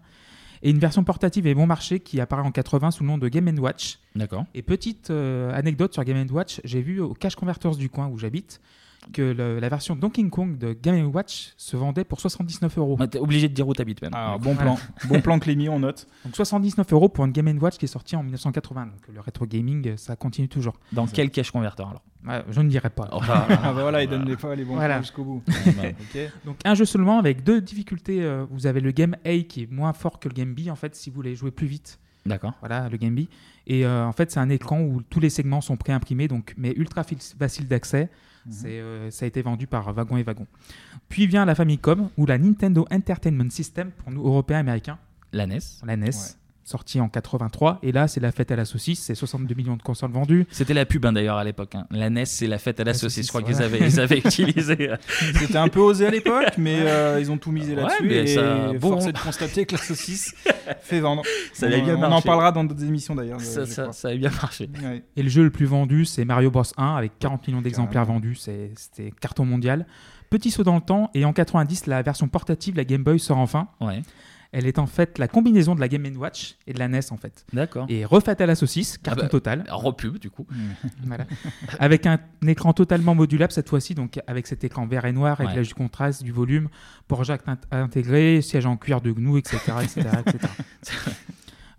Speaker 6: Et une version portative et bon marché qui apparaît en 80 sous le nom de Game Watch.
Speaker 1: D'accord.
Speaker 6: Et petite euh, anecdote sur Game Watch, j'ai vu au Cash Converters du coin où j'habite que le- la version Donkey Kong de Game Watch se vendait pour 79 euros.
Speaker 1: Bah, T'es obligé de dire où t'habites même.
Speaker 7: Ah, bon plan. Bon plan, Clémy, on note.
Speaker 6: Donc 79 euros pour une Game Watch qui est sortie en 1980. Donc le rétro gaming, euh, ça continue toujours.
Speaker 1: Dans quel cache converteur alors
Speaker 6: Ouais, Je ne dirai pas.
Speaker 1: Oh.
Speaker 7: ah bah voilà, il donne des fois les bons
Speaker 6: Voilà.
Speaker 7: plans jusqu'au bout. Ok.
Speaker 6: Donc un jeu seulement avec deux difficultés. euh, Vous avez le game A qui est moins fort que le game B en fait si vous voulez jouer plus vite.
Speaker 1: D'accord.
Speaker 6: Voilà le game B. Et euh, en fait c'est un écran où tous les segments sont préimprimés donc mais ultra fil- facile d'accès. C'est, euh, ça a été vendu par wagon et wagon. Puis vient la Famicom ou la Nintendo Entertainment System pour nous Européens américains.
Speaker 1: La E NES.
Speaker 6: La NES. Sortie en 83 et là c'est la fête à la saucisse. C'est 62 millions de consoles vendues.
Speaker 1: C'était la pub hein, d'ailleurs à l'époque. hein. La NES, c'est la fête à la, saucisse. Je crois qu'ils
Speaker 6: voilà.
Speaker 1: avaient, ils avaient utilisé. euh,
Speaker 7: C'était un peu osé à l'époque, mais euh, ils ont tout misé
Speaker 1: Ouais,
Speaker 7: là-dessus.
Speaker 1: mais
Speaker 7: et
Speaker 1: ça- bon.
Speaker 7: force est de constater que la saucisse fait vendre.
Speaker 1: Ça
Speaker 7: on,
Speaker 1: a bien
Speaker 7: on en
Speaker 1: marché.
Speaker 7: parlera dans d'autres émissions d'ailleurs. je-
Speaker 1: Ça,
Speaker 7: je
Speaker 1: ça,
Speaker 7: crois.
Speaker 1: ça a bien marché.
Speaker 7: Ouais.
Speaker 6: Et le jeu le plus vendu, c'est Mario Bros 1 avec 40 millions d'exemplaires vendus. C'est- C'était carton mondial. Petit saut dans le temps et en 90, la version portative, la Game Boy sort enfin. Elle est en fait la combinaison de la Game Watch et de la NES en fait.
Speaker 1: D'accord.
Speaker 6: Et refaite à la saucisse,
Speaker 1: Ah
Speaker 6: carton
Speaker 1: bah,
Speaker 6: total.
Speaker 1: Repub du coup.
Speaker 6: Voilà. avec un écran totalement modulable cette fois-ci, donc avec cet écran vert et noir,
Speaker 1: Ouais.
Speaker 6: réglage du contraste, du volume, project int- intégré, siège en cuir de gnou, etc. etc., etc.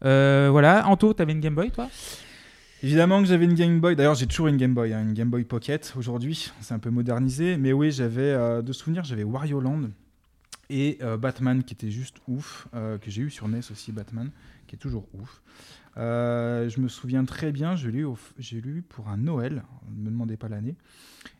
Speaker 6: Euh, voilà, Anto, t'avais une Game Boy toi
Speaker 7: Évidemment que j'avais une Game Boy. D'ailleurs, j'ai toujours une Game Boy, hein, une Game Boy Pocket aujourd'hui. C'est un peu modernisé. Mais oui, j'avais euh, de souvenirs, j'avais Wario Land et euh, Batman qui était juste ouf, euh, que j'ai eu sur NES aussi, Batman, qui est toujours ouf. Euh, je me souviens très bien, je l'ai eu au- j'ai lu pour un Noël, ne me demandez pas l'année.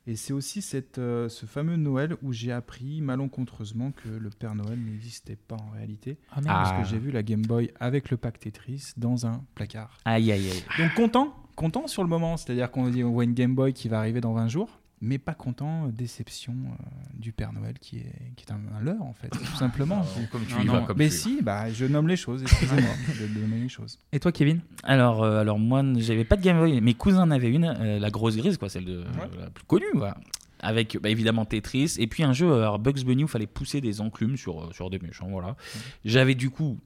Speaker 7: Et c'est aussi cette, euh, ce fameux Noël où j'ai appris malencontreusement que le Père Noël n'existait pas en réalité.
Speaker 6: Ah, merde.
Speaker 7: Parce
Speaker 6: Ah.
Speaker 7: que j'ai vu la Game Boy avec le pack Tetris dans un placard.
Speaker 1: Aïe, aïe, aïe.
Speaker 7: Donc content, content sur le moment, c'est-à-dire qu'on dit on voit une Game Boy qui va arriver dans 20 jours, mais pas content, euh, déception euh, du Père Noël qui est, qui est un, un leurre en fait, tout simplement.
Speaker 1: comme tu
Speaker 7: Non,
Speaker 1: y
Speaker 7: Ah non,
Speaker 1: vas, comme
Speaker 7: mais
Speaker 1: tu y
Speaker 7: si, bah, je nomme les choses, excusez-moi de nommer les choses.
Speaker 6: Et toi, Kevin
Speaker 1: Alors, euh, alors moi, n- j'avais pas de Game Boy. Mes cousins en avaient une, euh, la grosse grise, quoi, celle de, la plus connue, quoi. Avec bah, évidemment Tetris et puis un jeu alors, Bugs Bunny où fallait pousser des enclumes sur, euh, sur des méchants. Voilà. J'avais du coup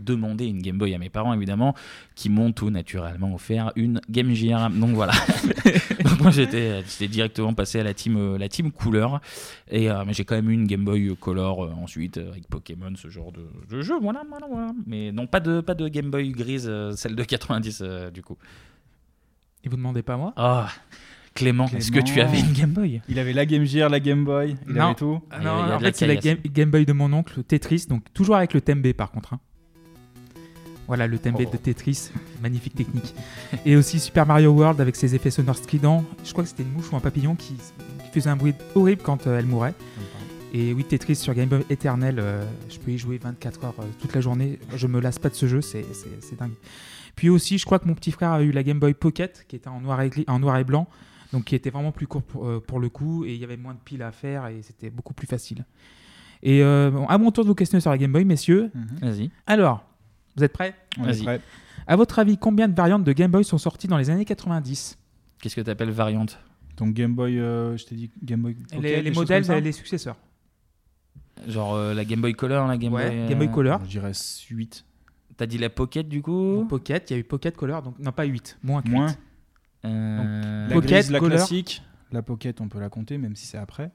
Speaker 1: demandé une Game Boy à mes parents évidemment qui m'ont tout naturellement offert une Game Gear donc voilà donc moi j'étais euh, j'étais directement passé à la team euh, la team couleur et euh, mais j'ai quand même eu une Game Boy euh, Color euh, ensuite euh, avec Pokémon ce genre de, de jeu voilà, voilà voilà mais non pas de pas de Game Boy grise euh, celle de 90 euh, du coup
Speaker 6: Et vous demandez pas moi
Speaker 1: ah Clément, est-ce que tu avais une Game Boy
Speaker 7: Il avait la Game Gear, la Game Boy, il
Speaker 6: non.
Speaker 7: avait tout.
Speaker 6: Ah non, en fait, c'est la Game, Game Boy de mon oncle, Tetris, donc toujours avec le thème B par contre. hein. Voilà, le thème
Speaker 7: Oh.
Speaker 6: B de Tetris, magnifique technique. Et aussi Super Mario World avec ses effets sonores stridents. Je crois que c'était une mouche ou un papillon qui, qui faisait un bruit horrible quand euh, elle mourait. Et oui, Tetris sur Game Boy Eternal, euh, je peux y jouer 24 heures euh, toute la journée. Je me lasse pas de ce jeu, c'est c'est- c'est dingue. Puis aussi, je crois que mon petit frère a eu la Game Boy Pocket, qui était en noir et, gli- en noir et blanc, donc qui était vraiment plus court pour, euh, pour le coup, et il y avait moins de piles à faire, et c'était beaucoup plus facile. Et euh, bon, à mon tour de vous questionner sur la Game Boy, messieurs.
Speaker 1: Vas-y.
Speaker 6: Alors, vous êtes prêts
Speaker 1: On est Vas-y. prêts.
Speaker 6: À votre avis, combien de variantes de Game Boy sont sorties dans les années 90
Speaker 1: qu'est-ce que tu appelles variante
Speaker 7: donc Game Boy euh, je t'ai dit Game Boy Pocket,
Speaker 6: Les, les
Speaker 7: des choses
Speaker 6: modèles,
Speaker 7: comme ça
Speaker 6: les, successeurs.
Speaker 1: genre euh, la Game Boy Color la Game
Speaker 6: Ouais,
Speaker 1: Boy
Speaker 6: Game Boy Color.
Speaker 7: Je dirais 8.
Speaker 1: T'as dit la Pocket du coup
Speaker 6: Pocket, il y a eu Pocket Color, donc non pas 8, moins que
Speaker 7: Moins.
Speaker 6: 8.
Speaker 7: Euh,
Speaker 6: Donc,
Speaker 7: la
Speaker 6: Pocket
Speaker 7: grise, la
Speaker 6: Color.
Speaker 7: classique. La Pocket, on peut la compter, même si c'est après.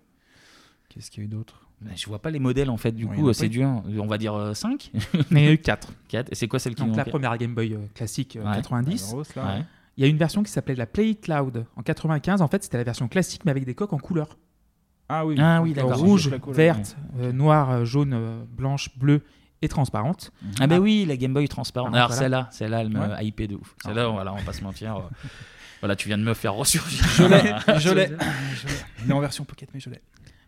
Speaker 7: Qu'est-ce qu'il y a eu d'autre
Speaker 1: Bah, Je vois pas les modèles en fait, du
Speaker 7: Non, il y en
Speaker 1: coup, euh,
Speaker 7: a
Speaker 1: c'est
Speaker 7: pas.
Speaker 1: dur. On va dire 5
Speaker 6: Mais il y en a eu 4.
Speaker 1: 4. Et c'est quoi celle qui
Speaker 6: Donc
Speaker 1: nous
Speaker 6: la
Speaker 1: manquait
Speaker 6: première Game Boy euh, classique euh,
Speaker 1: Ouais.
Speaker 6: 90.
Speaker 1: La grosse, là, ouais.
Speaker 6: Il y a une version qui s'appelait la Play It Cloud en 95. En fait, c'était la version classique mais avec des coques en couleur.
Speaker 7: Ah oui,
Speaker 6: Ah oui,
Speaker 7: donc,
Speaker 6: d'accord.
Speaker 7: euh,
Speaker 6: Rouge,
Speaker 7: la couleur,
Speaker 6: verte, euh, noire, euh, jaune, euh, blanche, bleue et transparente.
Speaker 1: Ah ben oui, la Game Boy transparente. Alors
Speaker 6: voilà.
Speaker 1: celle-là, celle-là, elle me
Speaker 6: Ouais.
Speaker 1: hypait de ouf. Celle-là, voilà, on va pas se mentir. euh, voilà, tu viens de me faire ressurgir.
Speaker 7: Je l'ai, je l'ai. Il est en version Pocket, mais je l'ai.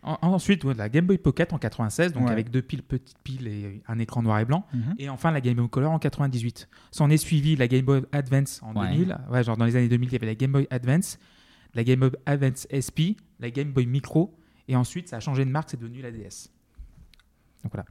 Speaker 6: En- ensuite, ouais, la Game Boy Pocket en 96, donc
Speaker 7: Ouais.
Speaker 6: avec deux piles, petites piles et euh, un écran noir et blanc.
Speaker 7: Mhm.
Speaker 6: Et enfin, la Game Boy Color en 98. S'en est suivi la Game Boy Advance en
Speaker 1: Ouais.
Speaker 6: 2000. Ouais, genre dans les années 2000, il y avait la Game Boy Advance, la Game Boy Advance SP, la Game Boy Micro. Et ensuite, ça a changé de marque, c'est devenu la DS. Donc voilà.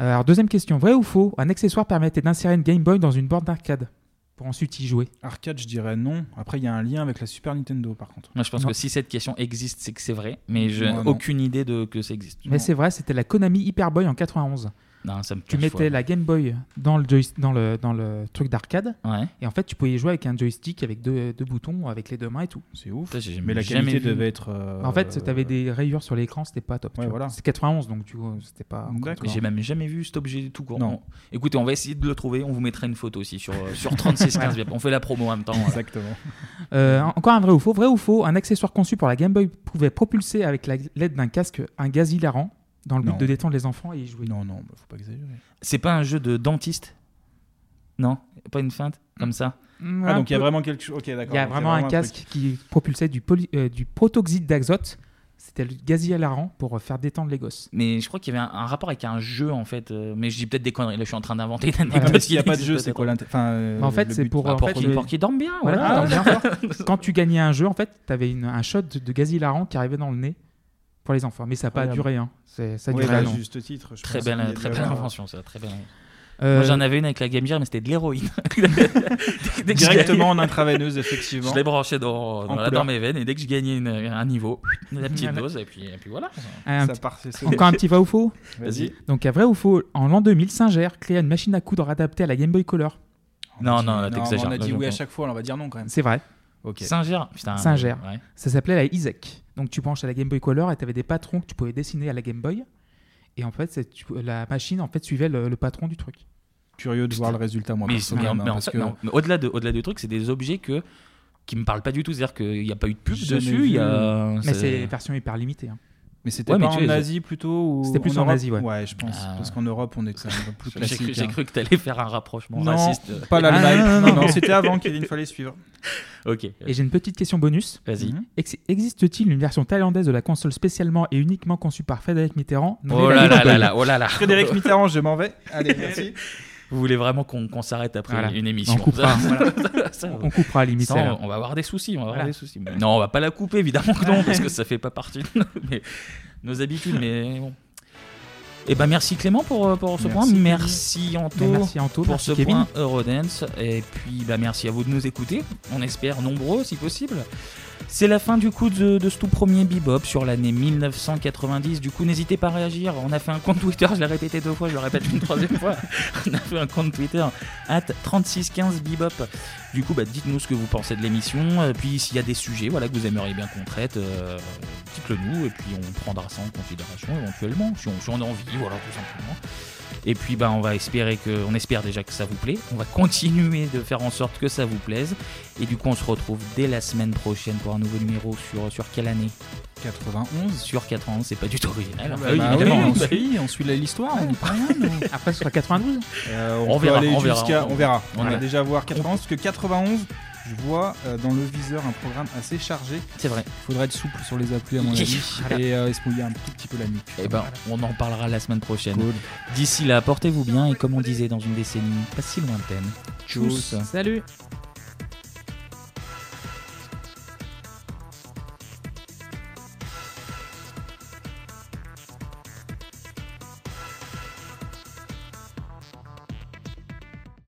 Speaker 6: Euh, Alors, deuxième question. Vrai ou faux Un accessoire permettait d'insérer une Game Boy dans une borne d'arcade pour ensuite y jouer.
Speaker 7: Arcade, je dirais non. Après, il y a un lien avec la Super Nintendo, par contre.
Speaker 1: Moi, je pense
Speaker 6: Non.
Speaker 1: que si cette question existe, c'est que c'est vrai, mais je
Speaker 7: Ouais, non.
Speaker 1: aucune idée de que ça existe.
Speaker 6: Mais c'est vrai, c'était la Konami Hyper Boy en 91.
Speaker 1: Non, ça me
Speaker 6: tu
Speaker 1: passe
Speaker 6: mettais
Speaker 1: fois.
Speaker 6: la Game Boy dans le, joyst- dans le, dans le truc d'arcade.
Speaker 1: Ouais.
Speaker 6: Et en fait, tu pouvais y jouer avec un joystick, avec deux, deux boutons, avec les deux mains et tout. C'est ouf.
Speaker 1: Putain, j'ai
Speaker 7: Mais la
Speaker 1: jamais
Speaker 7: qualité
Speaker 1: vu.
Speaker 7: devait être, euh,
Speaker 6: En fait, tu avais des rayures sur l'écran, c'était pas top. tu
Speaker 7: Ouais,
Speaker 6: vois.
Speaker 7: voilà.
Speaker 6: C'est 91, donc tu vois, c'était pas. encore
Speaker 1: D'accord.
Speaker 6: top.
Speaker 1: J'ai même jamais vu cet objet tout court.
Speaker 6: Non.
Speaker 1: On- Écoutez, on va essayer de le trouver. On vous mettra une photo aussi sur, euh, sur 3615.
Speaker 6: Ouais.
Speaker 1: On fait la promo en même temps. voilà.
Speaker 7: Exactement.
Speaker 6: Euh, en- encore un vrai ou faux. Vrai ou faux, un accessoire conçu pour la Game Boy pouvait propulser avec la- l'aide d'un casque un gaz hilarant dans le but
Speaker 7: Non.
Speaker 6: de détendre les enfants et y jouer.
Speaker 7: Non, non, bah, faut pas exagérer.
Speaker 1: C'est pas un jeu de dentiste Non Pas une feinte Comme ça
Speaker 6: Mm,
Speaker 7: ah,
Speaker 6: un
Speaker 7: donc il y a
Speaker 6: peu.
Speaker 7: vraiment quelque chose. Ok, d'accord.
Speaker 6: Il y a
Speaker 7: donc
Speaker 6: vraiment, un
Speaker 7: truc.
Speaker 6: casque qui propulsait du, poly- euh, du protoxyde d'azote. C'était le gaz hilarant pour euh, faire détendre les gosses.
Speaker 1: Mais je crois qu'il y avait un, un rapport avec un jeu en fait. euh, mais je dis peut-être des conneries. Là, je suis en train d'inventer une
Speaker 7: Ah,
Speaker 1: anecdote.
Speaker 7: mais s'il n'y a
Speaker 1: qui
Speaker 7: pas de
Speaker 1: existe
Speaker 7: jeu, c'est
Speaker 1: peut-être.
Speaker 7: quoi l'intérêt enfin, euh,
Speaker 6: Mais en fait,
Speaker 7: le
Speaker 6: c'est
Speaker 7: but
Speaker 6: pour.
Speaker 1: Ah,
Speaker 6: en
Speaker 1: pour
Speaker 6: fait,
Speaker 1: qu'il-
Speaker 6: le-
Speaker 1: pour qu'il dorme bien,
Speaker 6: Voilà,
Speaker 1: Ah, voilà.
Speaker 6: pour qu'il dorme bien. Ah. Quand tu gagnais un jeu, en fait, tu avais un shot de gaz hilarant qui arrivait dans le nez pour les enfants. Mais ça n'a pas
Speaker 7: Incroyable.
Speaker 6: duré. Hein. C'est- Ça a
Speaker 7: Ouais,
Speaker 6: duré
Speaker 7: bah,
Speaker 6: un an.
Speaker 7: juste titre. je
Speaker 1: Très
Speaker 7: pense
Speaker 1: belle,
Speaker 7: qu'il y a
Speaker 1: très
Speaker 7: dû
Speaker 1: belle
Speaker 7: avoir-
Speaker 1: invention, ça. Très belle.
Speaker 6: Euh,
Speaker 1: Moi, j'en avais une avec la Game Gear, mais c'était de l'héroïne. Dès que je
Speaker 7: Directement en
Speaker 1: gagnais-
Speaker 7: intraveineuse, effectivement.
Speaker 1: Je l'ai branché dans,
Speaker 7: En
Speaker 1: dans, la-
Speaker 7: couleur.
Speaker 1: dans mes veines, et dès que je gagnais une- un niveau, la petite
Speaker 7: Voilà.
Speaker 1: dose, et puis, et puis voilà.
Speaker 6: Un
Speaker 7: Ça
Speaker 6: petit-
Speaker 7: part, c'est ça.
Speaker 6: Encore un petit vrai ou faux
Speaker 1: Vas-y.
Speaker 6: Donc, à vrai ou faux, en l'an 2000, Singer créa une machine à coudre adaptée à la Game Boy Color.
Speaker 1: Non, non, là,
Speaker 7: mais
Speaker 1: t'exagères.
Speaker 7: On a
Speaker 1: Là,
Speaker 7: dit
Speaker 1: je
Speaker 7: oui à
Speaker 1: comprends.
Speaker 7: chaque fois, alors on va dire non quand même.
Speaker 6: C'est vrai.
Speaker 7: Ok.
Speaker 1: Singer, putain.
Speaker 6: Singer.
Speaker 1: ouais.
Speaker 6: Ça s'appelait la Isaac. Donc, tu branches à la Game Boy Color et tu avais des patrons que tu pouvais dessiner à la Game Boy. Et en fait, c'est- tu- la machine en fait, suivait le, le patron du truc.
Speaker 7: Curieux de voir le résultat, moi.
Speaker 1: Mais,
Speaker 7: perso,
Speaker 1: mais-
Speaker 7: quand même,
Speaker 1: mais
Speaker 7: hein,
Speaker 1: en
Speaker 7: parce
Speaker 1: fait,
Speaker 7: que-
Speaker 1: non. Mais au-delà de, au-delà du truc, c'est des objets que qui me parlent pas du tout. C'est-à-dire qu'il n'y a pas eu de pub
Speaker 7: Jamais
Speaker 1: dessus. il y a-
Speaker 6: Mais c'est version hyper limitée. hein.
Speaker 7: Mais c'était
Speaker 1: Ouais, mais
Speaker 7: pas
Speaker 1: tu
Speaker 7: en
Speaker 1: les as-
Speaker 7: Asie plutôt ou
Speaker 6: C'était plus en
Speaker 7: Europe
Speaker 6: Asie, ouais.
Speaker 7: Ouais, je pense.
Speaker 1: Ah.
Speaker 7: Parce qu'en Europe, on est quand même plus
Speaker 1: J'ai
Speaker 7: classique.
Speaker 1: cru- j'ai
Speaker 7: hein.
Speaker 1: cru que t'allais faire un rapprochement
Speaker 7: non,
Speaker 1: raciste.
Speaker 7: Pas
Speaker 6: Ah,
Speaker 7: l'Allemagne.
Speaker 6: non, non, non,
Speaker 7: non, non,
Speaker 6: non.
Speaker 7: c'était avant Kevin, fallait suivre.
Speaker 1: Ok.
Speaker 6: Et j'ai une petite question bonus.
Speaker 1: Vas-y.
Speaker 7: Mhm.
Speaker 6: Ex- Existe-t-il une version thaïlandaise de la console spécialement et uniquement conçue par Frédéric Mitterrand nommée
Speaker 1: Oh là
Speaker 6: la Game
Speaker 1: là
Speaker 6: Boy
Speaker 1: là là, oh là là.
Speaker 7: Frédéric Mitterrand, je m'en vais. Allez, merci.
Speaker 1: Vous voulez vraiment qu'on qu'on s'arrête après
Speaker 6: Voilà.
Speaker 1: une émission
Speaker 6: On coupera,
Speaker 1: Ça-
Speaker 6: voilà.
Speaker 1: ça-
Speaker 6: On coupera à la limite,
Speaker 1: Ça,
Speaker 6: celle-là.
Speaker 1: on va avoir des soucis, on va avoir
Speaker 6: Voilà.
Speaker 1: des soucis. Mais Non, on va pas la couper évidemment que non, parce que ça fait pas partie de nos, mais- nos habitudes. Mais bon. Eh ben merci Clément pour, euh, pour ce
Speaker 6: Merci,
Speaker 1: point,
Speaker 6: Kevin.
Speaker 1: merci Anto,
Speaker 6: Ben, merci, Anto.
Speaker 1: pour
Speaker 6: Merci,
Speaker 1: ce
Speaker 6: Kevin.
Speaker 1: point Eurodance et puis bah merci à vous de nous écouter. On espère nombreux si possible. C'est la fin du coup de, de ce tout premier bebop sur l'année 1990. Du coup, n'hésitez pas à réagir. On a fait un compte Twitter, je l'ai répété deux fois, je le répète une troisième fois. On a fait un compte Twitter at 3615bebop. Du coup, bah, dites-nous ce que vous pensez de l'émission. Euh, Puis s'il y a des sujets voilà, que vous aimeriez bien qu'on traite, euh, dites-le nous et puis on prendra ça en considération éventuellement, si on, si on a envie, voilà, tout simplement. Et puis bah, on va espérer que. On espère déjà que ça vous plaît. On va continuer de faire en sorte que ça vous plaise. Et du coup on se retrouve dès la semaine prochaine pour un nouveau numéro sur, sur quelle année
Speaker 7: 91.
Speaker 1: Sur 91, c'est pas du tout original.
Speaker 7: Bah
Speaker 1: enfin,
Speaker 7: oui,
Speaker 1: évidemment.
Speaker 7: évidemment, on
Speaker 1: Bah oui.
Speaker 7: suit, on suit la-
Speaker 6: Ah,
Speaker 7: l'histoire, on y prend rien. nous.
Speaker 6: Après, ce sera 92.
Speaker 7: Euh,
Speaker 1: On
Speaker 7: peut
Speaker 1: verra,
Speaker 7: aller
Speaker 1: on verra,
Speaker 7: jusqu'à-
Speaker 1: on-
Speaker 7: On verra.
Speaker 1: on
Speaker 7: On va
Speaker 1: verra.
Speaker 7: déjà voir 91, parce que 91, je vois euh, dans le viseur un programme assez chargé.
Speaker 1: C'est vrai.
Speaker 7: Faudrait être souple sur les applis, à mon avis.
Speaker 1: Voilà.
Speaker 7: Et euh, se mouiller un tout petit peu la nuque.
Speaker 1: Eh ben, on en parlera la semaine prochaine. D'ici là, portez-vous bien et comme on disait dans une décennie pas si lointaine, tchuss.
Speaker 6: Salut